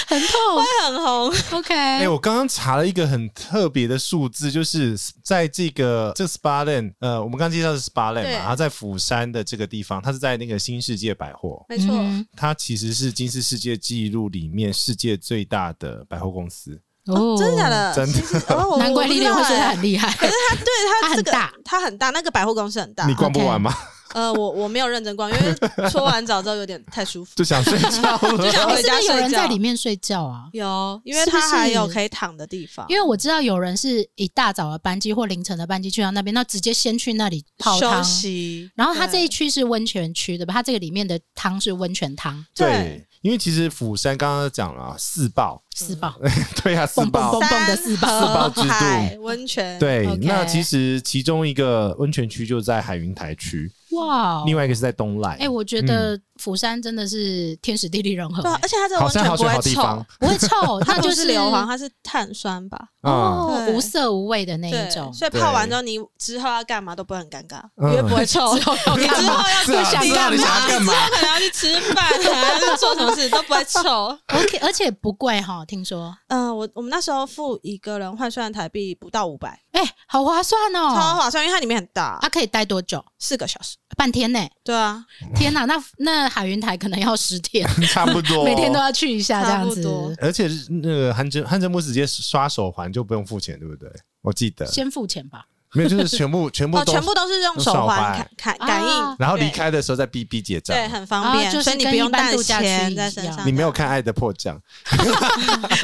很 痛。
会很红。
OK，、嗯
哎、我刚刚查了一个很特别的数字，就是在这个这个 SPA Land，呃，我们刚刚介绍的是 SPA Land
对
嘛，它在釜山的这个地方，它是在那个新世界百货，
没错，
嗯
它其实是金氏世界纪录里面世界最大的百货公司。
哦真的假？的？
真的
其实 哦我
难怪
我不
丽
知
丽
道
会说她
欸
很 厉
可
害
是。它对它
它
这
很
个
大，
它很大，那个百货公司很大
你。逛不
OK
完吗？
呃，我我没有认真逛，因为搓完澡之后有点太 舒服，
就想睡觉
就想
了。
哎
回
是不
家
是有
睡
人在
觉
里。面睡觉啊？
有，因为
是不
它还
是
有可以躺的地方，
因为我知道有人是一大早的班机或凌晨的班机去到那边，那直接先去那里泡
休
汤。
息。
然后它这一
对
区是温泉区对吧？它这个里面的汤是温泉汤，
对
对，因为其实釜山刚刚讲了啊四爆，
四宝。
对呀、四爆
蹦蹦蹦的四
山
宝
河
四宝之都
海温泉，
对
OK
那其实其中一个温泉区就在海云台区，
哇！哦
另外一嗯个是在东赖。
哎、我觉得釜山真的是天时地利人和、
对啊，而且它这个
好
温
山
泉
好
不
水好
会
地
臭
方，
不会臭，它
它
就
不是硫磺，它是碳酸吧？
啊、
哦，
对
无色无味的那一种。
所以泡完之后，你之后要干嘛都不会很尴尬，
嗯
因为不 会臭。你之后要
干嘛
是啊
干
知道
嘛？
你想要干嘛
之后可能要去吃饭，可能要去做什么事都不会臭。
OK，而 且不贵哈，听说，
嗯，我我们那时候付一个人换算台币不到五百，
哎、好划算哦，啊
超划算，因为它里面很大
它、，可以待多久？
四个小时。
半天呢？
对啊，
天哪，那那海云台可能要十天，
差不多
每天都要去一下这
差
样
不多
子。
而且是那个汗蒸汗蒸木直接刷手环就不用付钱，对不对？我记得
先付钱吧。
没有，就是全部全 部
哦，
都，
全部都是用手
用手
环
环
感感感应
啊，
然后
对
离开的时候再哔哔结账。
对，很方便，
啊就是
所以你
跟
不用
一般
带
度假区
钱在
一
身
样
上。
你没有看《爱的迫降》？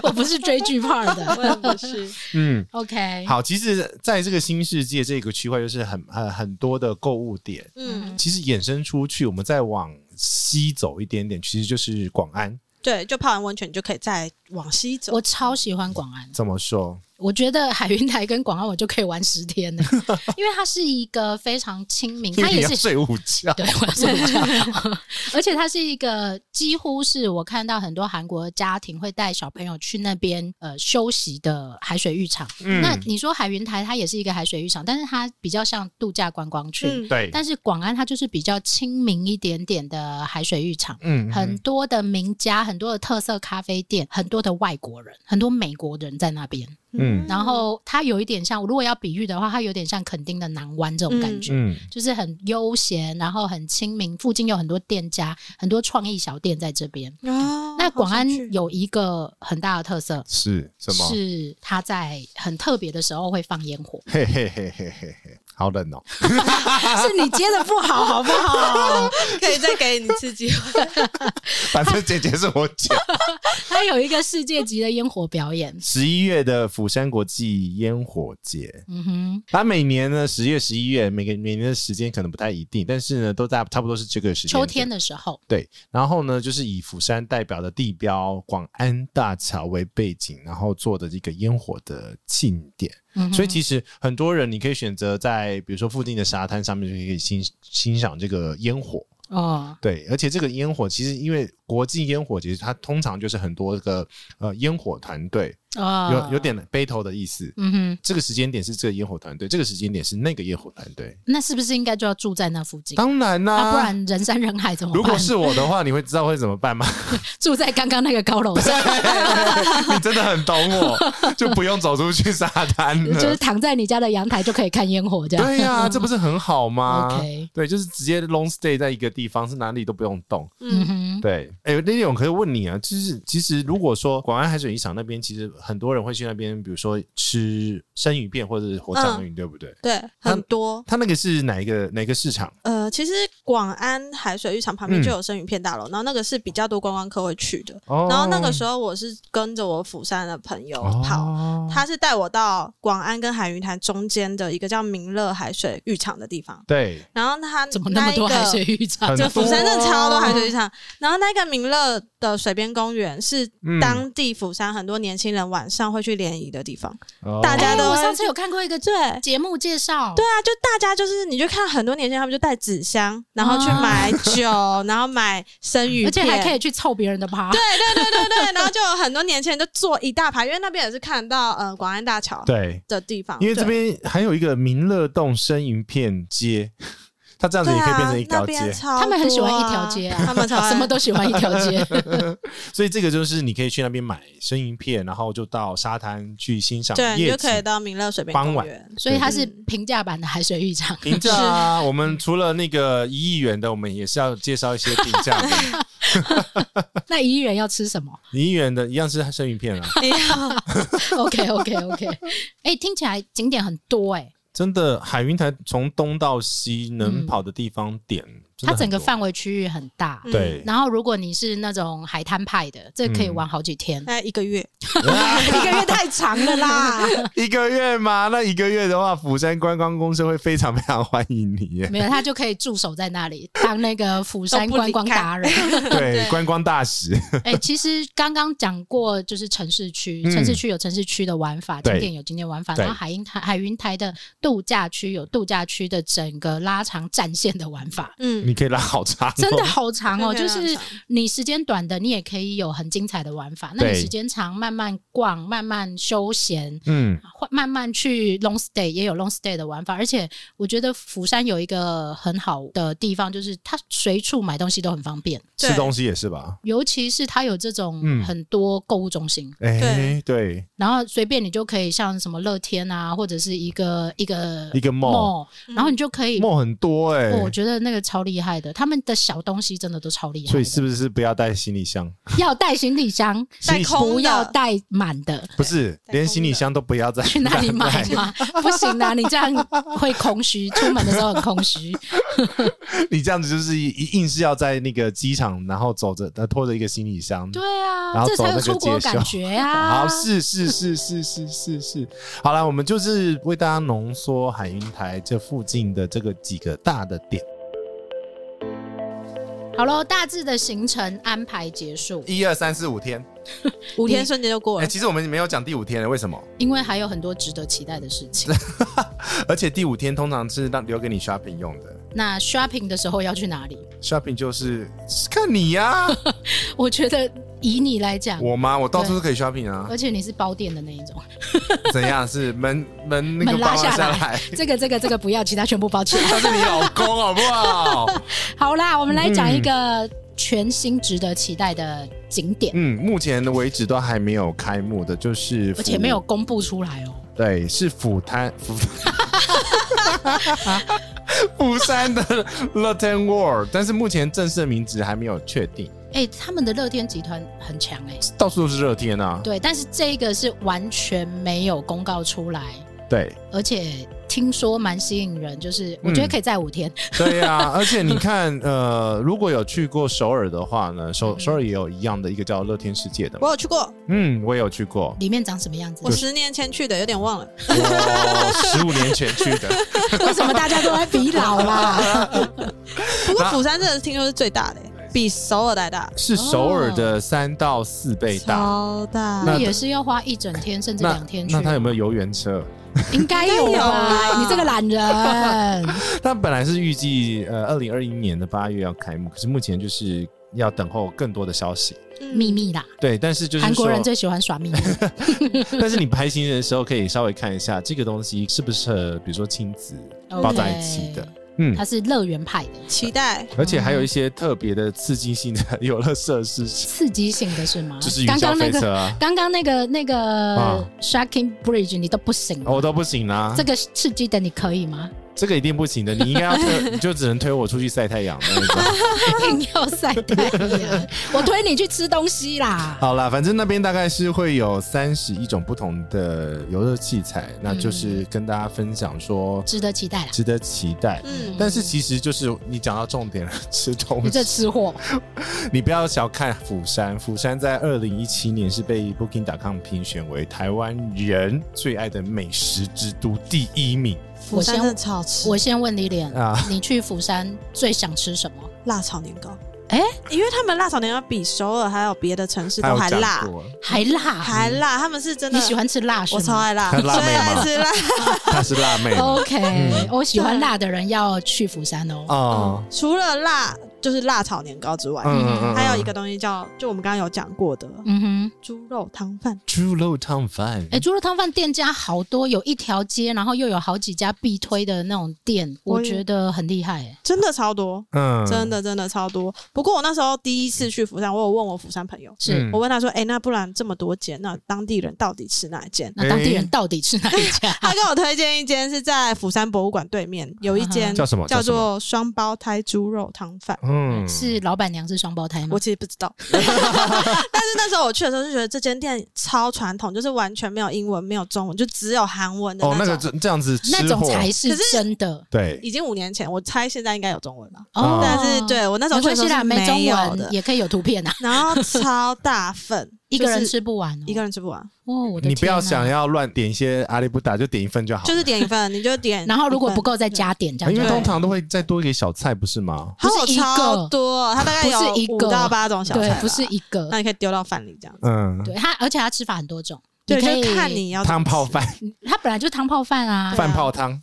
我不是追剧派的。
我也不是，
嗯，
OK，
好，其实在这个新世界这个区块，就是很很很多的购物点。
嗯，
其实衍生出去，我们再往西走一点点，其实就是广安。
对，就泡完温泉你就可以再往西走
我。超喜欢广安，
怎么说？
我觉得海云台跟广安我就可以玩十天呢，因为它是一个非常亲民，
因
它
为你
也
要
是嗯
睡午觉。
对，我要睡午觉。 而且它是一个几乎是我看到很多韩国家庭会带小朋友去那边呃休息的海水浴场。
嗯
那你说海云台它也是一个海水浴场，但是它比较像度假观光区。
嗯
对，
但是广安它就是比较亲民一点点的海水浴场，
嗯，
很多的名家、很多的特色咖啡店、很多的外国人、很多美国人在那边。
嗯
然后它有一点像，如果要比喻的话，它有点像垦丁的南湾这种感觉。
嗯
就是很悠闲，然后很亲民，附近有很多店家，很多创意小店在这边。
哦
那广
好想
安
去
有一个很大的特色，
是什么？。
是它在很特别的时候会放烟火
嘿嘿嘿嘿嘿嘿，好冷哦！
是你接的不好，好不好？
可以再给你一次机会，
反正姐姐是我 姐。
它有一个世界级的烟火表演。
十一月的釜山国际烟火节，
嗯哼，
它每年呢十月、十一月，每个每年的时间可能不太一定，但是呢都在差不多是这个时间
秋
点。
天的时候，
对，然后呢，就是以釜山代表的地标广安大桥为背景，然后做的这个烟火的庆典。
嗯哼
所以其实很多人你可以选择在比如说附近的沙滩上面就可以欣欣赏这个烟火。
哦，
对，而且这个烟火其实因为国际烟火节，它通常就是很多个呃烟火团队，
哦
有有，点 battle 的意思。
嗯哼，
这个时间点是这个烟火团队，这个时间点是那个烟火团队。
那是不是应该就要住在那附近？
当然啦、
啊，不然人山人海怎么办？
如果是我的话，你会知道会怎么办吗？
住在刚刚那个高楼上，
你真的很懂我，就不用走出去沙滩 了。
就是躺在你家的阳台就可以看烟火 这样。
对呀、这不是很好吗
OK
对，就是直接 long stay 在一个地方，是哪里都不用动。
嗯
嗯，
哼，
对，哎、那种可以问你啊，就是其实如果说广安海水浴场那边，其实很多人会去那边，比如说吃生鱼片或者是活章
嗯
鱼，对不对？
对，
那
很多。
它那个是哪一个哪个市场？
呃，其实广安海水浴场旁边
嗯
就有生鱼片大楼，然后那个是比较多观光客会去的。
哦
然后那个时候我是跟着我釜山的朋友跑，
哦
他是带我到广安跟海云台中间的一个叫明乐海水浴场的地方。
对，
然后他
怎么那么多海水浴场？
很
就釜山真的超多海水浴
场，
场，然后那个民乐的水边公园是
嗯
当地釜山很多年轻人晚上会去联谊的地方。
哦
大家
哎
都
我上次有看过一个
对，对
节目介绍，
啊，就大家就是你就看很多年轻人他们就带纸箱，然后去
啊
买酒，然后买生鱼片，
而且还可以去凑别人的趴。对，
对对对对，然后就有很多年轻人就坐一大排，因为那边也是看得到呃广安大桥
哦对，
的地方，
因为这边还有一个民乐洞生鱼片街，它这样
对
子也可以
啊
变成一条
那边
街，
超多啊
他们很喜欢一条街啊
他们 超爱
什么都喜欢一条街。
所以这个就是你可以去那边买生鱼片，然后就到沙滩去欣赏
对，你
夜
就可以
景。
到民乐水边
傍
公
晚
园，
所以它是平价版的海水浴场。
平价啊，我们除了那个一亿元的，我们也是要介绍一些平价的。
那一亿人要吃什么
一亿元的一样是生鱼片啊，
？OK OK OK。哎，听起来景点很多哎，
真的海云台从东到西能跑的地方点，真的
它
很
整个
多
范围区域很大。
嗯
对，
然后，如果你是那种海滩派的，这可以玩好几
嗯
天，
那一个 月，
一个月太长了啦。
一个月嘛，那一个月的话，釜山观光公司会非常非常欢迎 你耶。
没有，他就可以驻守在那里，当那个釜山
都不
观
离
光
开
达人。
对，观光大使，
哎、其实刚刚讲过，就是城市区，
嗯
城市区有城市区的玩法，
对
景点有景点玩法，
对
然后海云台海云台的度假区有度假区的整个拉长战线的玩法。
嗯，
你可以拉好长、哦，
真的好长哦，
真
就
的非常
是
长
你时间短的，你也可以有很精彩的玩法。那你
对
时间长，慢慢逛，慢慢休闲，
嗯，
或慢慢去 long stay 也有 long stay 的玩法。而且我觉得釜山有一个很好的地方，就是它随处买东西都很方便，
对
吃东西也是吧？
尤其是它有这种
嗯
很多购物中心。
哎、
对
对，
然后随便你就可以像什么乐天啊，或者是一个一个
一个
mall，
mall
然后你就可以。
梦很多哎、
哦我觉得那个超厉害的，他们的小东西真的都超厉害
所
的。
以是不是不要带行李箱？
要带行李箱，
带空的
不要带满的，
不是，
带
连
空
行李
的
箱都不要再
去哪 里买
带
嘛？不行啊，你这样会空虚，出门的时候很空虚。
你这样子就是一硬是要在那个机场，然后走着，呃，拖着一个行李箱。
对
然
啊，
后
这才有
走那
出
个
国
街巷
感觉
好，
啊。
是是是是是是是，好啦，我们就是为大家浓缩海云台这附近的这个几个大的点。
好喽，大致的行程安排结束，
一二三四五天，
五天瞬间就过
哎、
了。
其实我们没有讲第五天了，为什么？
因为还有很多值得期待的事 情。
而且第五天通常是让留给你 shopping 用的
那 shopping 的时候要去哪里？
，shopping 就是看 你呀、
我觉得以你来讲，
我吗？我到处都可以 shopping 啊，
而且你是包店的那一种，
怎样？是门门那个
门拉
帮忙
下
下
来
来，
这个这个这个不要，其他全部包 起来。
他是你老公好不好？
好啦，我们来
嗯
讲一个全新值得期待的景点，
嗯，目前为止都还没有开幕的，就是
而且没有公布出来哦。
对，是釜滩釜。 釜山的 Latin World，但是目前正式的名字还没有确定，
哎、他们的乐天集团很强哎、
到处都是热天啊。
对，但是这个是完全没有公告出来，
对，
而且听说蛮吸引人，就是我觉
嗯
得可以在五天，，
对呀、而且你看，呃，如果有去过首尔的话呢，首首尔也有一样的一个叫乐天世界的嘛。
我有去过，
嗯，我也有去过
里面长什么样子
我？十年前去的，有点忘了。
我十五年前去 的。
为什么大家都在比老啦？
不过釜山真的听说是最大的、比首尔还大，
是首尔的三到四倍大。
超大。
那也是要花一整天甚至
那
哦两天去
那，它有没有游园车？
应该有吧？你这个懒人，
它本来是预计呃二零二一年的八月要开幕，可是目前就是要等候更多的消息。
嗯
秘密啦。
对，但是就是
韩国人
说，
最喜欢耍秘密，
但是你拍行程的时候可以稍微看一下这个东西适不适合，比如说亲子抱在一起的
OK。
嗯
他，是乐园派的，
期待。
而且还有一些特别的刺激性的游乐设施，
刺激性的是吗？
就是
嗯
云
刚
霄
刚那
飞
个，
车啊，
刚刚那个那个
啊
Shocking Bridge 你都不行，
哦我都不行啦、
这个刺激的你可以 吗？
这个一定不行的，你应该要推，你就只能推我出去晒太阳那种。
硬要晒太阳，我推你去吃东西啦。
好啦，反正那边大概是会有三十一种不同的游乐器材，那就是跟大家分享说
值得期待啦！
值得期待。
嗯，
但是其实就是你讲到重点了，吃东
你这
西。
吃货，
你不要小看釜山，釜山在二零一七年是被 Booking.com 评选为台湾人最爱的美食之都第一名
釜山真的超好吃，
我先问你脸，
啊！
你去釜山最想吃什么？
辣炒年糕。
哎
因为他们辣炒年糕比首尔还有别的城市
他
都
有
还
讲
辣，
过，
还辣？
还辣。他们是啊真的
你喜，欢吃辣是
我超
吗
爱辣，
她辣
最
妹吗
爱吃辣。
她是辣妹
哦
嘛
？OK，我喜欢辣的人要去釜山哦。
嗯哦，
除了辣，就是辣炒年糕之外，
嗯嗯嗯，
还有一
个
个东西叫，就我们刚刚有讲过的
嗯哼，
猪肉汤饭。
猪肉汤饭
哎，，猪肉汤饭店家好多，有一条街，然后又有好几家必推的那种店，
我
我
也
觉得很厉害。哎，
真的超多，
嗯
真的真的超多。不过我那时候第一次去釜山，我有问我釜山朋友，
是
嗯
我问他说：“哎、那不然这么多间，那当地人到底吃哪一间？”
那当地人到底吃哪一家？
他给我推荐一间是在釜山博物馆对 面有一间
叫什么
叫
什么
做双胞胎猪肉汤 饭。
嗯
是老板娘是双胞胎吗
我？其实不知 道， 但是那时候我去的时候就觉得这间店超传统，就是完全没有英文，没有中文，就只有韩文的
哦，那
种。
个这这样子吃货
那种才是
可是
真的
对，
已经五年前，我猜现在应该有中文了。
哦
但是对我那时候去
没
的
关
时候
系啦，
是
没中
有
文
的，
也可以有图片啊，
然后超大份，
一个人
就是
吃不完哦。
一个人吃不完，
哦，我的
你不要
天啊
想要乱点一些阿里不达，就点一份就好了。啊
就是点一份，你就点。
然后如果不，够再加点，这样
因
就
为
好
通常都会再多一个小菜，不是吗？
它
不
有
是一个
超多，它大概有
不是一个
五到八种小菜
对
吧，，
不是一个
那，你可以丢到饭里这样。
嗯，
对它，而且它吃法很多种，
对，
可以
就看，你要
汤泡饭、
它本来就汤泡饭 啊，
饭泡汤，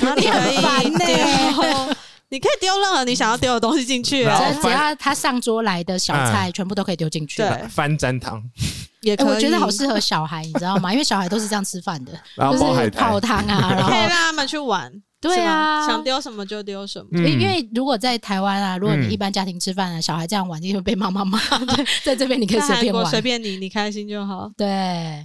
然后你可以
很烦欸
丢，你可以丢任何你想要丢的东西进去
然
啊，
后
只只要它上桌来的小菜全部都可以丢进去。
对
哎
番沾汤，
也可以。
我觉得好适合小孩，你知道吗？因为小孩都是这样吃饭的，
然
就
后啊包海
是
苔
泡。汤啊，然
可以
后
哦
让他们去玩，
对
是
啊，
吗想丢什么就丢什么。
嗯
因因为如果在台湾啊，如果
嗯
你一般家庭吃饭啊，小孩这样玩，你会被妈妈 骂。在这边你可以
在
随
韩
便
国
玩，
随便你，你开心就好。
对，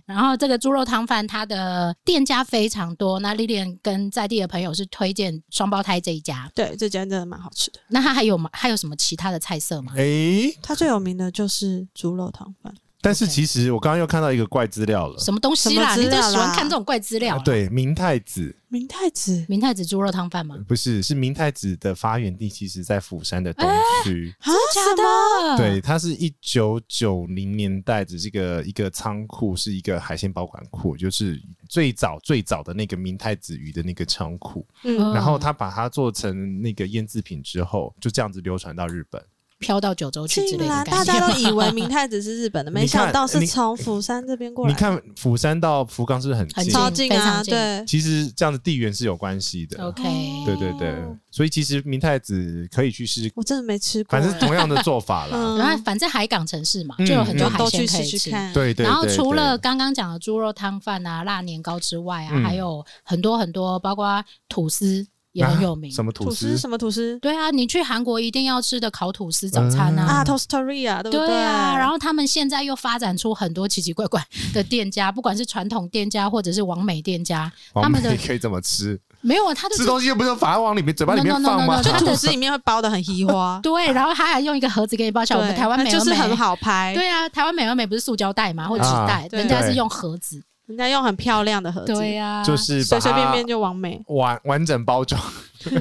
然后这个猪肉汤饭，它的店家非常多。那 Lilian 跟在地的朋友是推荐双胞胎这一家。
对，这间真的蛮好吃的。
那它还有吗？还有什么其他的菜色吗？
嗯诶，
它最有名的就是猪肉汤饭，
但是其实我刚刚又看到一个怪资料了，
什么东西
什么
啦？你
资
就
料啦
喜欢看这种怪资料、
啊，对，明太子
明太子
明太子猪肉汤饭吗？
不是是明太子的发源地，其实在釜山的东区。
啊，
真
是的，
的假的？
嗯对，它是一九九零年代的这个一个仓库，是一个海鲜保管库，就是最早最早的那个明太子鱼的那个仓库。
嗯
嗯
然后他把它做成那个腌制品之后，就这样子流传到日本。
飘到九州去之
竟
类的
然
概
大
念
家
吗
都以为明太子是日 本的，没
你看
想到是
你
从釜山这边过
你
来的，
看釜山到福冈是不是很
很
近？
超近
近非
啊，
常近
对，
其实这样的地缘是有关系的。
OK，
对对对
哦，
所以其实明太子可以去试试，
我真的没吃过，欸
反正是同样的做法啦。
嗯
然后反正海港城市嘛，
嗯
就有很多
就
嗯
海
都去
鲜可
试
以
试
吃。
看。
对对。
然后
对
除
对
了刚刚讲的猪肉汤饭啊、辣年糕之外啊，
嗯
还有很多很多，包括吐司也很有名。
啊什么
吐
吐
司
司？
什么吐司
对啊，你去韩国一定要吃的烤吐司早餐
嗯
啊。
啊，Tostoria 对不
对啊，然
后
后他们现在又发展出很多奇奇怪怪的店家，不管是传统店家或者是完美店家，他
王
们的
美 可以怎么吃？
没有啊，他就
吃
是
东西又不是把它往里面嘴巴里
No,
面
no, no,
放吗
no, no,？
就
它的，
吐司里面会包的很稀花
对，然后他还用一个盒子给你包下来。我们
对
台湾
它
美而
就是
美
很好拍，
对啊，台湾美而美不是塑胶袋嘛，或者纸
啊
袋，
对
人家是用盒子。
人家用很漂亮的盒子，
对啊，
就是
随
把
随便便
它
就完美。
完完整 包装，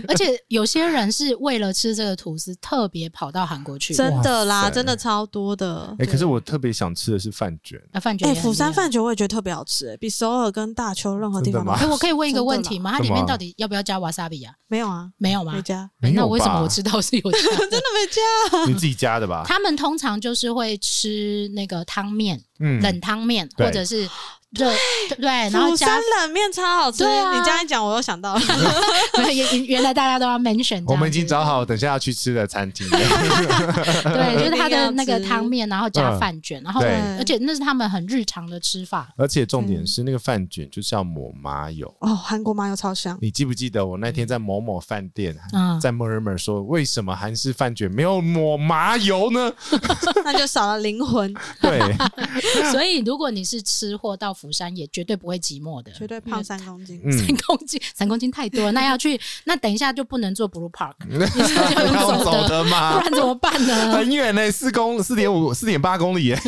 而且有些人是为了吃这个吐司，特别跑到韩国去。
真的
哇
啦，
塞
真的超多的。
哎、可是我特别想吃的是饭卷，
啊，饭卷
哎、
也很厉害，
釜山饭卷我也觉得特别好吃、哎比首尔跟大邱任何地方
真的
都
吗
好
哎、
吃
我可以问一个问题吗？它里
什
面
么啊
到底要不要加 wasabi 啊？
没有啊，
没有吗？
没加，
哎
没有
那为什
吧
么我知道是有 加
真的
的？
没加。
你自己加的吧？
他们通常就是会吃那个汤面，
嗯
冷汤面，
对
或者是热对，然后
釜
加
山冷面超好吃，
对啊
你这样一讲我又想到了，
原 原来大家都要 mention，这
我
样
们已
子
经找好等下要去吃的餐厅了。
对，就是它的那
一定要吃
个汤面，然后加
嗯
饭卷，然后
对
而且那是他们很日常的吃法。
而且重
嗯
点是那个饭卷就是要抹麻油。
哦，韩国麻油超 香，
你记不记得我那天在某某饭店，
嗯
在 murmur 说为什么韩式饭卷没有抹麻油呢？
那就少了灵魂，
对，
所以如果你是吃货到釜山，也绝对不会寂寞的，
绝对胖三公斤。
嗯，
三公斤，三公斤太多了，那要去，那等一下就不能坐 Blue Park，
啊 要用走 的
不
吗？
然怎么办呢？
很远呢、四公四点五四点八公里耶、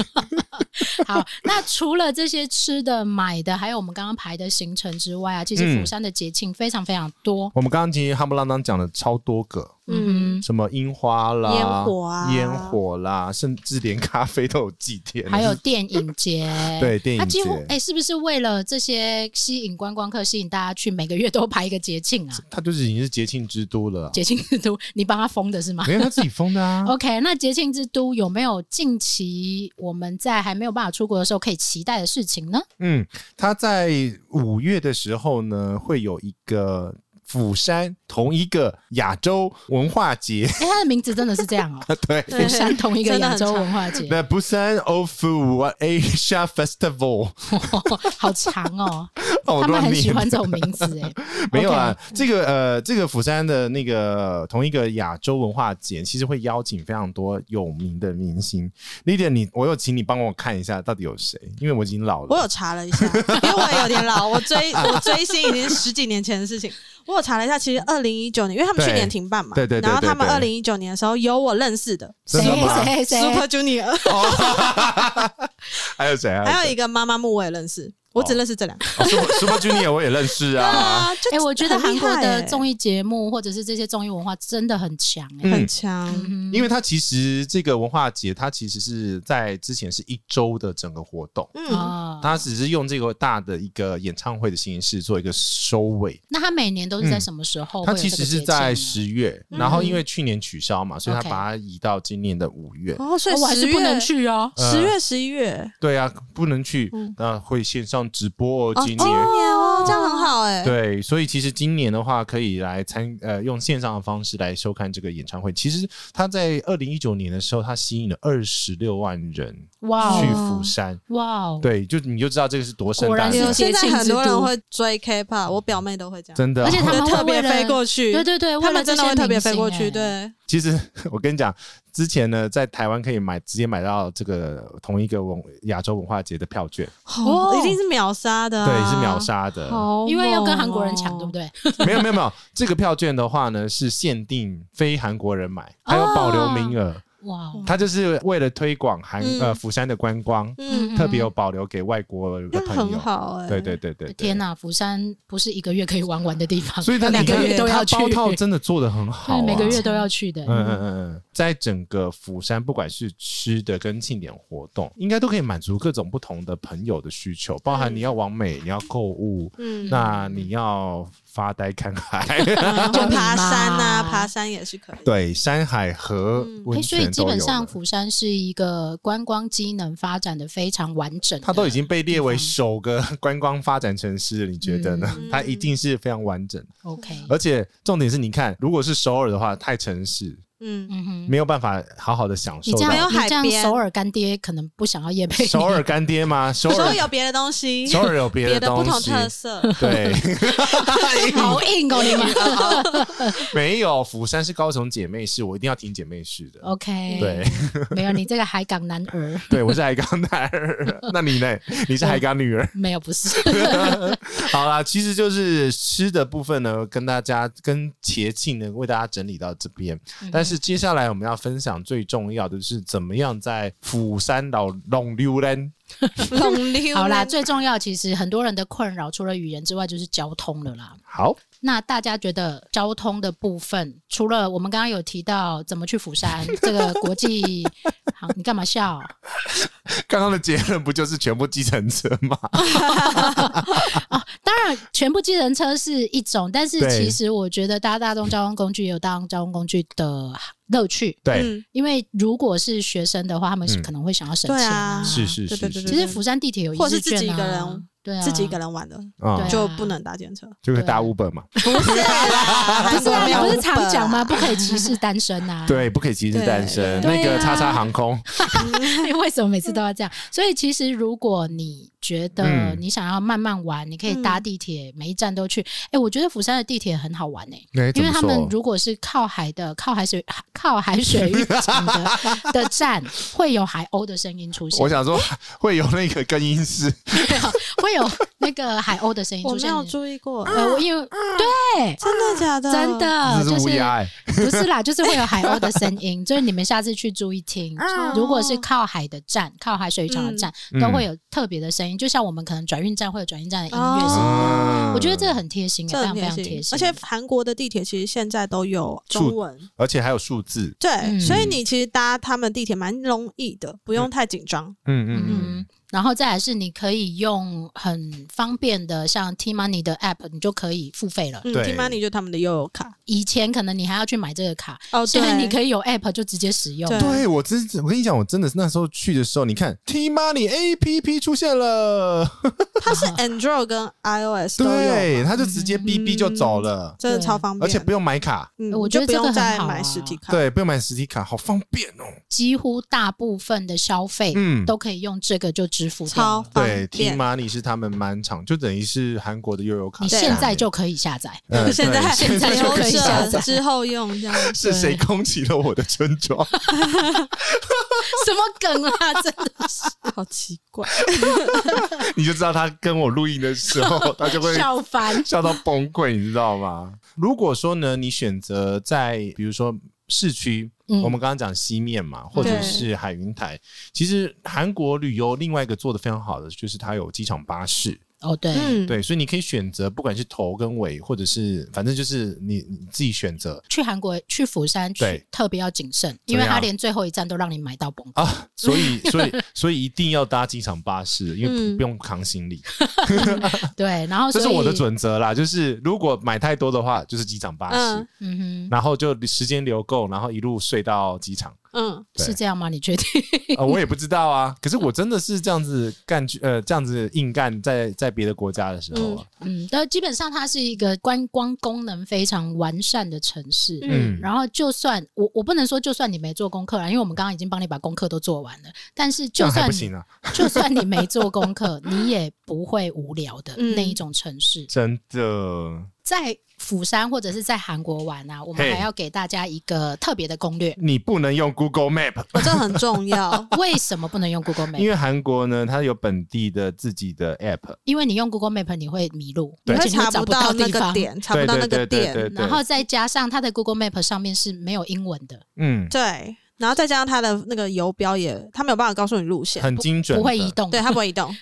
好，那除了这些吃的、买的，还有我们刚刚排的行程之外啊，其实
嗯
釜山的节庆非常非常多。
我们刚刚其实夯不啷当讲了超多个，
嗯
什么樱花啦、
烟火啊
烟火啦，甚至连咖啡都有祭奠，，
哼，还有电影节
对电
它
影节
几乎哎、是不是为了这些吸引观光客，吸引大家去，每个月都排一个节庆啊？
它就是已经是节庆之都了，
节庆之都，你帮他封的是吗？。
没 有他自己封的啊
OK，那 节庆之都有没有近期我们在还没有办法出国的时候可以期待的事情呢？
嗯，他在五月的时候呢，会有一个釜山同一个亚洲文化节，
哎、它的名字真的是这样哦、
对。
对
釜 山同一个
真的
亚
很
洲
长
文化 节，
The Busan of Asia Festival，
好长 哦、
哦
他们
乱
很
念
喜欢这种名字哎、
没有啊，这个呃，这个釜山的那个呃同一个亚洲文化节，其实会邀请非常多有名的明星。Lydia，你我有请你帮我看一下到底有谁，因为我已经老了。
我有查了一下，因为我也有点老，我追我追星已经是十几年前的事情。我有查了一下，其实二零一九年，因为他们去
对
年停办嘛，
对对对
然后他们
对
二
对
零一九年的时候有我认识的
谁
真的吗
谁谁
Super Junior，
还有谁？还有
还有
谁
一个妈妈木我也认识，我只认识这两个。
哦 Super Super Junior 我也认识啊。
啊，就
哎、我觉得
很
韩
厉
国
害
的
欸
综艺节目或者是这些综艺文化真的很强哎、
嗯
很强，
嗯
因为它其实这个文化节，它其实是在之前是一周的整个活动，
嗯，
啊
它只是用这个大的一个演唱会的形式做一个收尾。
那他每年都是在
嗯
什么时候
哦
会
它
有这
其
个节庆呢？啊
实是在十月，
嗯
然后因为去年取消嘛，所以它
OK
把它移到今年的五月。
哦，所以
哦我还是
10
不能
月，
去哦。
呃
十月十一月，
对啊，不能去
嗯，
那会线上直播哦
哦，
今
今
年。
年哦，这样很好哎，
对，所以其实今年的话，可以来参呃用线上的方式来收看这个演唱会。其实他在二零一九年的时候，他吸引了二十六万人
哇
去
哦
釜山，
哇哦，
对，就你就知道这个是多盛
果
大
然
的
是
哎有
事，
现在很多
节庆之都
人会追 K-pop，我表妹都会这样，
真的。
而且他们
会
会
特别
为了
飞过去，
对对对，
他
为
们
了
真
这
的
些
会特别
明
飞
星
过去，
哎。
对，
其实我跟你讲，之前呢，在台湾可以买直接买到这个同一个文亚洲文化节的票券，
哦，一定是秒杀
哦
的啊，
对，是秒杀的。
好，
因为要跟韩国人抢，对不？对？
没有没有没有，这个票券的话呢是限定非韩国人买，还有保留名额。
哇哦，
它就是为了推广韩
嗯
呃釜山的观光，
嗯，
特别有保留给外国的
那
朋
很
友。
好哎，
对对对对，对
天！哪，釜山不是一个月可以玩完的地方，
所以它
两
你
个
看
月都要去
它，包套真的做的很好、啊，
对，每个月都要去的。欸哎
嗯嗯嗯，嗯，在整个釜山，不管是吃的跟庆典活动，应该都可以满足各种不同的朋友的需求，包含你要往美，你要购物，
嗯，
那你要发呆看海，
嗯或
就你
爬山呐，
嘛
爬山也是可以。
对，山海河
嗯
诶
温
所以
泉
基
都有
本
的。
上釜山是一个观光机能发展的非常完整的，
它都已经被列为
地方
首个 观光发展城市了，你觉得呢？
嗯
它一定是非常完整，
OK，
而且重点是你看，如果是首尔的话，太城市
嗯，
嗯哼，
没有办法好好的享受
你这
没
样
有
你
海
这样
边
首尔干爹可能不想要夜配
到
你，
首尔干爹吗？ 首
所
尔
以有别的东西，
首尔有别
别
的
的
东
不
西，
同特 色。
对，
好硬哦， 你们
没有，釜山是高雄姐妹市，我一定要听姐妹市的。
OK，
对，
没有你这个海港男儿，
对，我是海港男儿， 那你呢？你是海港女儿。
没有不 是，
好啦，其实就是吃的部分呢，跟大家跟节庆呢，为大家整理到这边。
嗯
但是接下来我们要分享最重要的就是怎么样在釜山岛弄溜人。
龙溜
好 啦，，最重要其实很多人的困扰除了语言之外就是交通了啦。
好，
那大家觉得交通的部分，除了我们刚刚有提到怎么去釜 山这个国际，好，你干嘛笑？
刚刚的结论不就是全部计程车吗？
当然，全部机人车是一种，但是
对
其实我觉得搭大众交通工具也有搭交通工具的乐趣，
对，
嗯，
因为如如果是学生的话，他们是
嗯
可能会想要省
对
钱
啊，
是是
对
是
对对
是
对
其实釜山地铁有一
或是
日券
自己一个
啊
人，
对啊，
自己一个人玩的
嗯
啊
对，
就不能搭电车，
就可以搭
对啊
Uber 嘛。
不是啊，
没
你
有
不是常
Uber
讲吗？不可以歧视单身啊。
对，不可以歧视单身。
对
那
对
个
啊
叉叉航空，
为什么每次都要这样？所以其实如果你觉得
嗯
你想要慢慢玩，你可以搭地铁，每一站都去。哎、我觉得釜山的地铁很好玩诶、
哎
啊因
怎么
为他
说
们如果是靠海的、靠海水、靠海水浴场 的的站，会有海鸥的声音出现
我，想说 会有那个更衣室，
会有那个海鸥的声音
我
出
没
现。
有注意过，
呃，我因为对，
真的假的？
真的
这
啊就是
乌
是
鸦哎。
不是啦，就是会有海鸥的声音， 所以你们下次去注意听。
啊
如果是靠海的站、靠海水浴场的站，
嗯
都会有特别的声音，就像我们可能转运站会有转运站的音乐声。
哦
我觉得这个很贴心，非
这很
常非
贴
常贴
心，
心。
而且韩国的地铁其实现在都有
触
中文，
而且还有数字，
对，
嗯
所以你其实搭他们地铁蛮容易的，不用太紧张。
嗯嗯嗯，
嗯，然后再来是你可以用很方便的像 T Money 的 app，你就可以付费了。
嗯
对
t m o n 就他们的悠游卡，
以前可能你还要去买这个卡，
哦
现在你可
以
以有 app 就直接使用。
对
对我真我跟你讲，我真的是那时候去的时候，你看 T Money A P P 出现了，
它是 Android 跟 iOS 都有，
对，他就直接 B B 就走了，
真的超方
而
便，
且不用买卡，
嗯，
我觉得
就不
这
用
个很
再
好啊
买实体卡，，
对，不用买实体卡，好方便哦。
几乎大部分的消费
嗯，
都可以用这个就支付掉
超
了
方
对
便。
，T Money 是他们满场，就等于是韩国的悠游卡。
你
对啊
现在就可以下载。
呃
现在
对
现在就可以下
留
载
着之后用这样。
是谁
对
空起了我的村庄？
什么梗啊？真的是
好奇怪，
你就知道他跟我录音的时 候，他就会
笑翻。
笑到崩溃，你知道吗？如果说呢，你选择在比如说市区，
嗯
我们刚刚讲西面嘛，或者
对
是海云台，其实韩国旅游另外一个做的非常好的就是它有机场巴士，
哦，对，
嗯，
对，所以你可以选择不管是头跟尾，或者是反正就是你你自己选择。
去韩国去釜山去
对
特别要谨慎，
怎
因
么样
为他连最后一站都让你买到崩。
啊，所以所以所以一定要搭机场巴士，因为
嗯哦
不用扛行李，
对，然后
这
所以
是我的，准则啦。就是如果买太多的话，就是机场巴士，
嗯
嗯
然后就时间留够，然后一路睡到机场。
嗯，
哼，
对
是这样吗？你确定？
啊，我也不知道啊。可是我真的是这样子干去，呃，这样子硬干在在别的国家的时候啊，
嗯，但基本上它是一个观光功能非常完善的城市。
嗯
然后，就算我我不能说，就算你没做功课啦，因为我们刚刚已经帮你把功课都做完了。但是，就
这样还
算
不
你、
行啊，
就算你没做功课，你也不会无聊的
嗯
那一种城市。
真的。
在釜山或者是在韩国玩啊，我们
嘿
还要给大家一个特别的攻略。。
你不能用 Google Map，
哦这很重要
为什么不能用 Google Map？
因为韩国呢，它有本地的自己的 App，
因为你用 Google Map 你会迷路，
你
而
会
且你会
查
找
不
到
那
地
个
方。
点，查不到那个
对对对对
点，
对对，
然后再加上它的 Google Map 上面是没有英文的，
嗯，
对，然后再加上它的那个游标也，它没有办法告诉你路线，
很精准的，
不会移动。
对，它不会移动。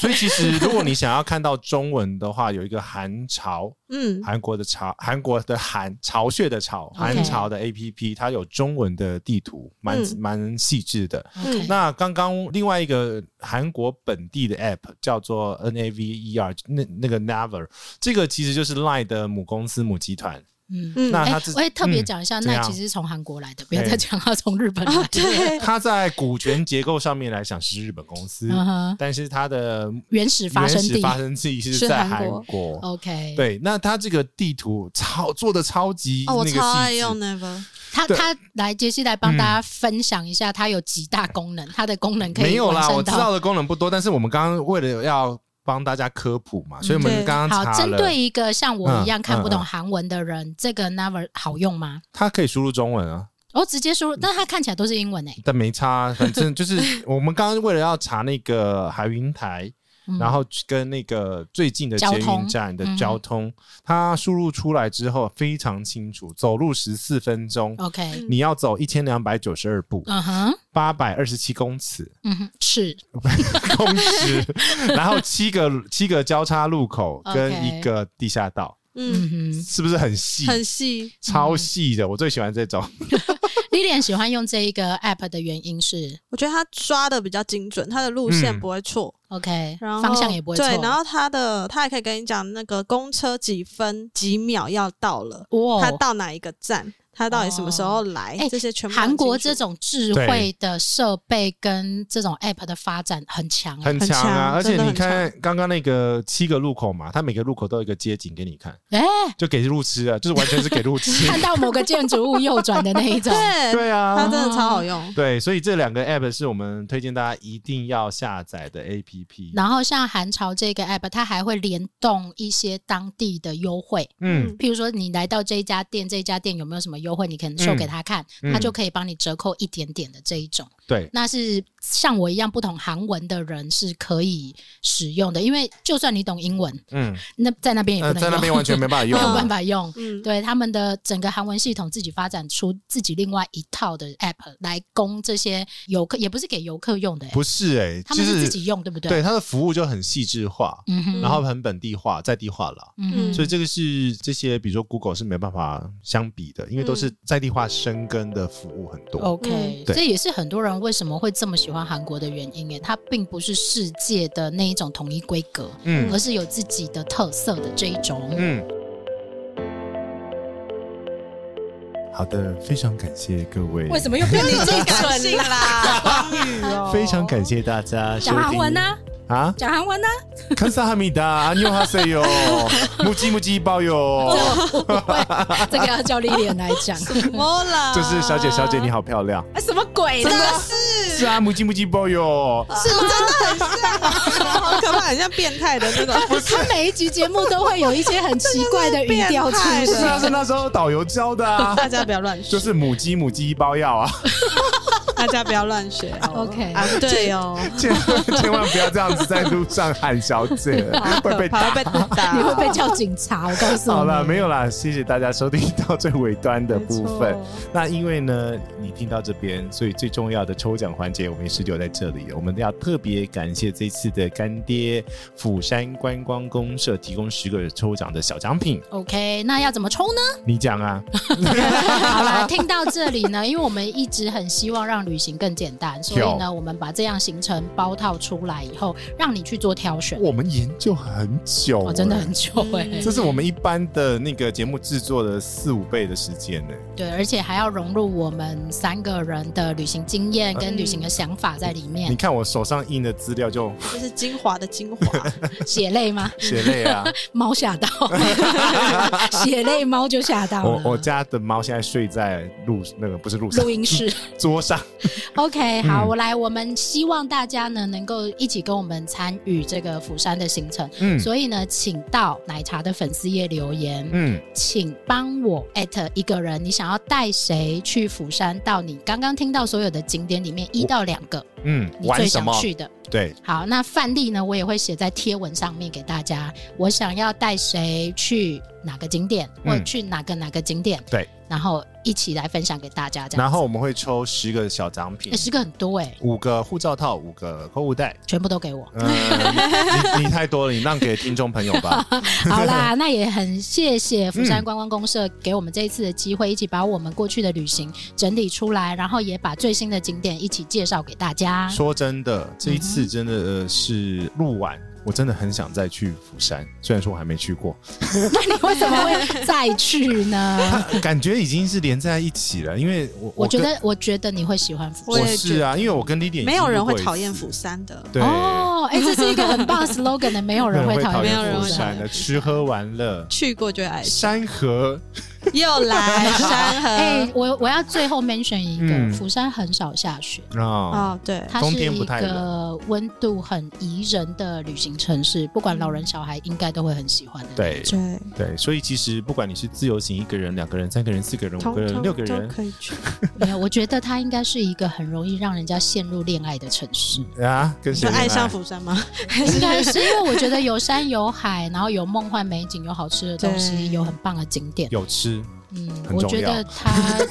所以其实如果你想要看到中文的话，有一个韩潮，
嗯，
韩国的潮，韩国的韩巢穴的巢，韩潮的 A P P，它有中文的地图，蛮
嗯
蛮细致的。
嗯
OK
那刚刚另外一个韩国本地的 App 叫做 N A V E R，那那个 Naver，这个其实就是 Line 的母公司母集团。
嗯。
嗯
那
哎、
它自
我也特别讲一下，
嗯怎
那
样
其实是从韩国来的，不要
哎
再讲他从日本来 的。
哦对，
它在股权结构上面来讲是日本公司，
嗯哼，
但是它的
原始发
原
生
始
地。
发生地是
是
在
韩
韩
国
国。
OK，，
对，那它这个地图超做的超级
哦，
那
我
个细致，
超爱用 Never，
他
对
他来杰西来帮大家分享一下，它有几大功能，它的功能可以
嗯没有
完
啦，
善
我知
到
道的功能不多，但是我们刚刚为了要帮大家科普嘛，所以我们
对
刚刚
好，
查
针对
了，
一个像我一样
嗯
看不
嗯
懂
嗯
韩文的人，这个 Never 好用吗？
它可以输入中文啊，
我直接输入，但它看起来都是英文欸诶、
但没差，反正就是我们刚刚为了要查那个海云台，
嗯
然后去跟那个最近的捷
交
运
通
站的
嗯
交通，它输入出来之后非常清楚，走路十四分钟，
OK，
你要走一千两百九十二步，
嗯哼，
八百二十七公尺
嗯哼，是
公尺，然后七个七个交叉路口
OK
跟一个地下道，
嗯，
嗯哼，
是不是很细？
很细，
超细的，我最喜欢这种。
莉莉很喜欢用这一个 app 的原因是
我觉得它刷的比较精准，它的路线
嗯
不会错，
OK，
然后
方向也不会错。
对，然后它的它还可以跟你讲那个公车几分几秒要到了，
哇，
它到哪一个站，它到底什么时候来
哦哎，
这些全部都很
韩国
清
这
楚
种智慧的设备跟这种 app 的发展很强、欸，
很强
很
啊！
强
而且
真的
你
很强
看刚刚那个七个路口嘛，它每个路口都有一个街景给你看，
哎、。
就给路痴啊，就是完全是给路痴
看到某个建筑物右转的那一种。
对，
对
它真的
啊，
超好用。
对，所以这两个 app 是我们推荐大家一定要下载的 app。
然后像韩潮这个 app，它还会联动一些当地的优惠，
嗯，
譬如说你来到这一家店，这一家店有没有什么优惠，你可能秀给他看，
嗯
他就可以帮你折扣一点点的这一种。
对，
那是像我一样不懂韩文的人是可以使用的，因为就算你懂英文，
嗯，
那在那边也不
呃，
能
在
用，
那边完全没办法用
没有
啊，
办法用。
嗯，
对他们的整个韩文系统自己发展出自己另外一套的 app 来供这些游客，也不是给游客用的、欸，
不是哎，
他
就
们是自
是
己用，对不对？
对，它的服务就很细致化，
嗯哼，
然后很本地化、在地化了。
嗯哼，
所以这个是这些，比如说 Google 是没办法相比的，因为都是在地化生根的服务很
哦
多。
OK，、
对
这也是很多人为什么会这么喜欢韩国的原因耶。它并不是世界的那一种统一规格，
嗯
而是有自己的特色的这一种。
嗯。好的，非常感谢各位，
么又变你这
感性 啦，双语哦，
非常感谢大家收
讲
听
韩文呢、
啊，
讲韩文呢、
看萨哈米 达，阿牛哈塞哟，木鸡木鸡包哟，
这个要叫莉莲来讲，
摸
啊
了，
就是小姐小姐你好漂亮，
什么鬼
真
呢？
的是
是啊，木鸡木鸡包哟，
啊 好可怕，很像变态的那种。
他每一集节目都会有一些很奇怪的语调出
变态
是
的
现。
啊，是那时候导游教 的啊，
大家不要乱
就
学，
是母鸡母鸡包药啊，
大家不要乱学哦。
OK
啊，对哦，
千千万不要这样子在路上喊小姐，会 被打
怕被打，
你会被叫警察，我告诉你。
好了，没有啦，谢谢大家收听到最尾端的
没
部
错
分。那因为呢，你听到这边，所以最重要的抽奖环节我们也是留在这里。我们要特别感谢这次的干爹釜山观光公社提供十个抽奖的小奖品。
OK，那要怎么抽 呢？
你讲 啊，
好啦，听到这里呢，因为我们一直很希望让旅行更简单，所以呢，我们把这样行程包套出来以后，让你去做挑选。
我们研究很久、欸
哦，真的很。久哎、
嗯
这是我们一般的那个节目制作的四五倍的时间欸呢、
对，而且还要融入我们三个人的旅行经验
哎
跟旅行的想法在里
你
面，
看我手上印的资料就
这是精华的精 华。
血泪吗？
血 泪啊！
猫吓到，血泪猫就吓到
我
了。
我家的猫现在睡在路那个不是路上
录音室。
桌上，
OK，好，
嗯
我来，我们希望大家呢能够一起跟我们参与这个釜山的行程，
嗯
所以呢，请到奶茶的粉丝页留言，
嗯，
请帮我艾特一个人，你想要带谁去釜山？到你刚刚听到所有的景点里面，一到两个
嗯，
你
玩
最
什
想
么？
去的。
对，
好，那范例呢，我也会写在贴文上面给大家。我想要带谁去哪个景点，或
嗯
去哪个哪个景点？
对，
然后一起来分享给大家。这样子，
然后我们会抽十个小奖品
也，是个很多哎、
五个护照套，五个购物袋。
全部都给我。
嗯，你你你太多了，你让给听众朋友吧。
好啦，那也很谢谢釜山观光公社给我们这一次的机会，一起把我们过去的旅行整理出来，然后也把最新的景点一起介绍给大家。
说真的，这一次真的呃是录完，我真的很想再去釜山，虽然说我还没去过，
嗯那你 为什么会再去呢？
感觉已经是连在一起了。因为我
我觉
跟
得，我觉得你会喜欢福
我
我也
是啊，因为我跟 l i
没有人会讨厌釜山的。
对，
哦，哎、这是一个很棒的 slogan 的，没有
没
人会讨
讨
厌
厌
没有人
釜
会讨
山
厌
的，吃喝玩乐，
去过就会爱上，
山河
又来山 河。
哎、我我要最后 mention 一个，
嗯
釜山很少下雪，
啊，
哦，对，
它
冬
是
天不
一
太
个温度很宜人的旅行城市，不管老人小孩应该都会很喜欢的。，
对
对，
对，所以其实不管你是自由行，一个人、两个人、三个人、四个人、五
通
个人、
通
六个人
都。可以去。
没有，我觉得它应该是一个很容易让人家陷入恋爱的城市。
啊，跟
你
谁
说
恋
爱上
爱
釜山吗？
应该是因为我觉得有山有海，然后有梦幻美景，有好吃的东西，
对
有很棒的景点。
有吃，
嗯，
很
我
重
觉
要
得它、嗯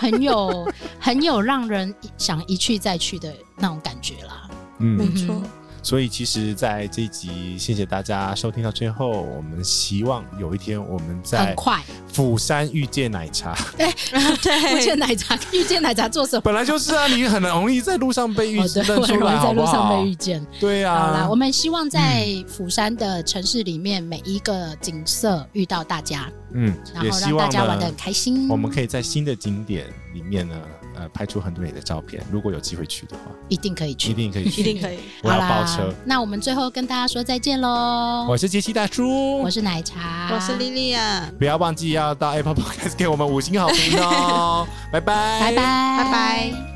很有很有让人想一去再去的那种感觉啦。
没
嗯，
错，
所以其实，在这一集，谢谢大家收听到最后，我们希望有一天我们
很
在
快，
釜山遇见奶茶。
遇 见
对，
奶茶，遇见奶茶做什么？
本来就是啊，你很容易在路上被 遇
哦，
认
对，我
出
很容
来，
易在
好不
路上
好
被？遇见。
对
好啦，
啊嗯
我，们希望在釜山的城市里面，每一个景色遇到大家，
嗯，
然
也
后
希
让大
望
家玩的
呢
很，开心。
我们可以在新的景点里面呢，呃，拍出很多美的照片。如果有机会去的话，
一嗯定可以
一
去。
定可以
一
去。
定可以。
我
好
要包
啦，
车。
那我们最后跟大家说再见喽。
我是杰西大叔
我，是奶茶，
我是莉莉亚，
不 要忘记要到 Apple Podcast 给我们五星好评哦，拜拜，
拜拜，
拜拜。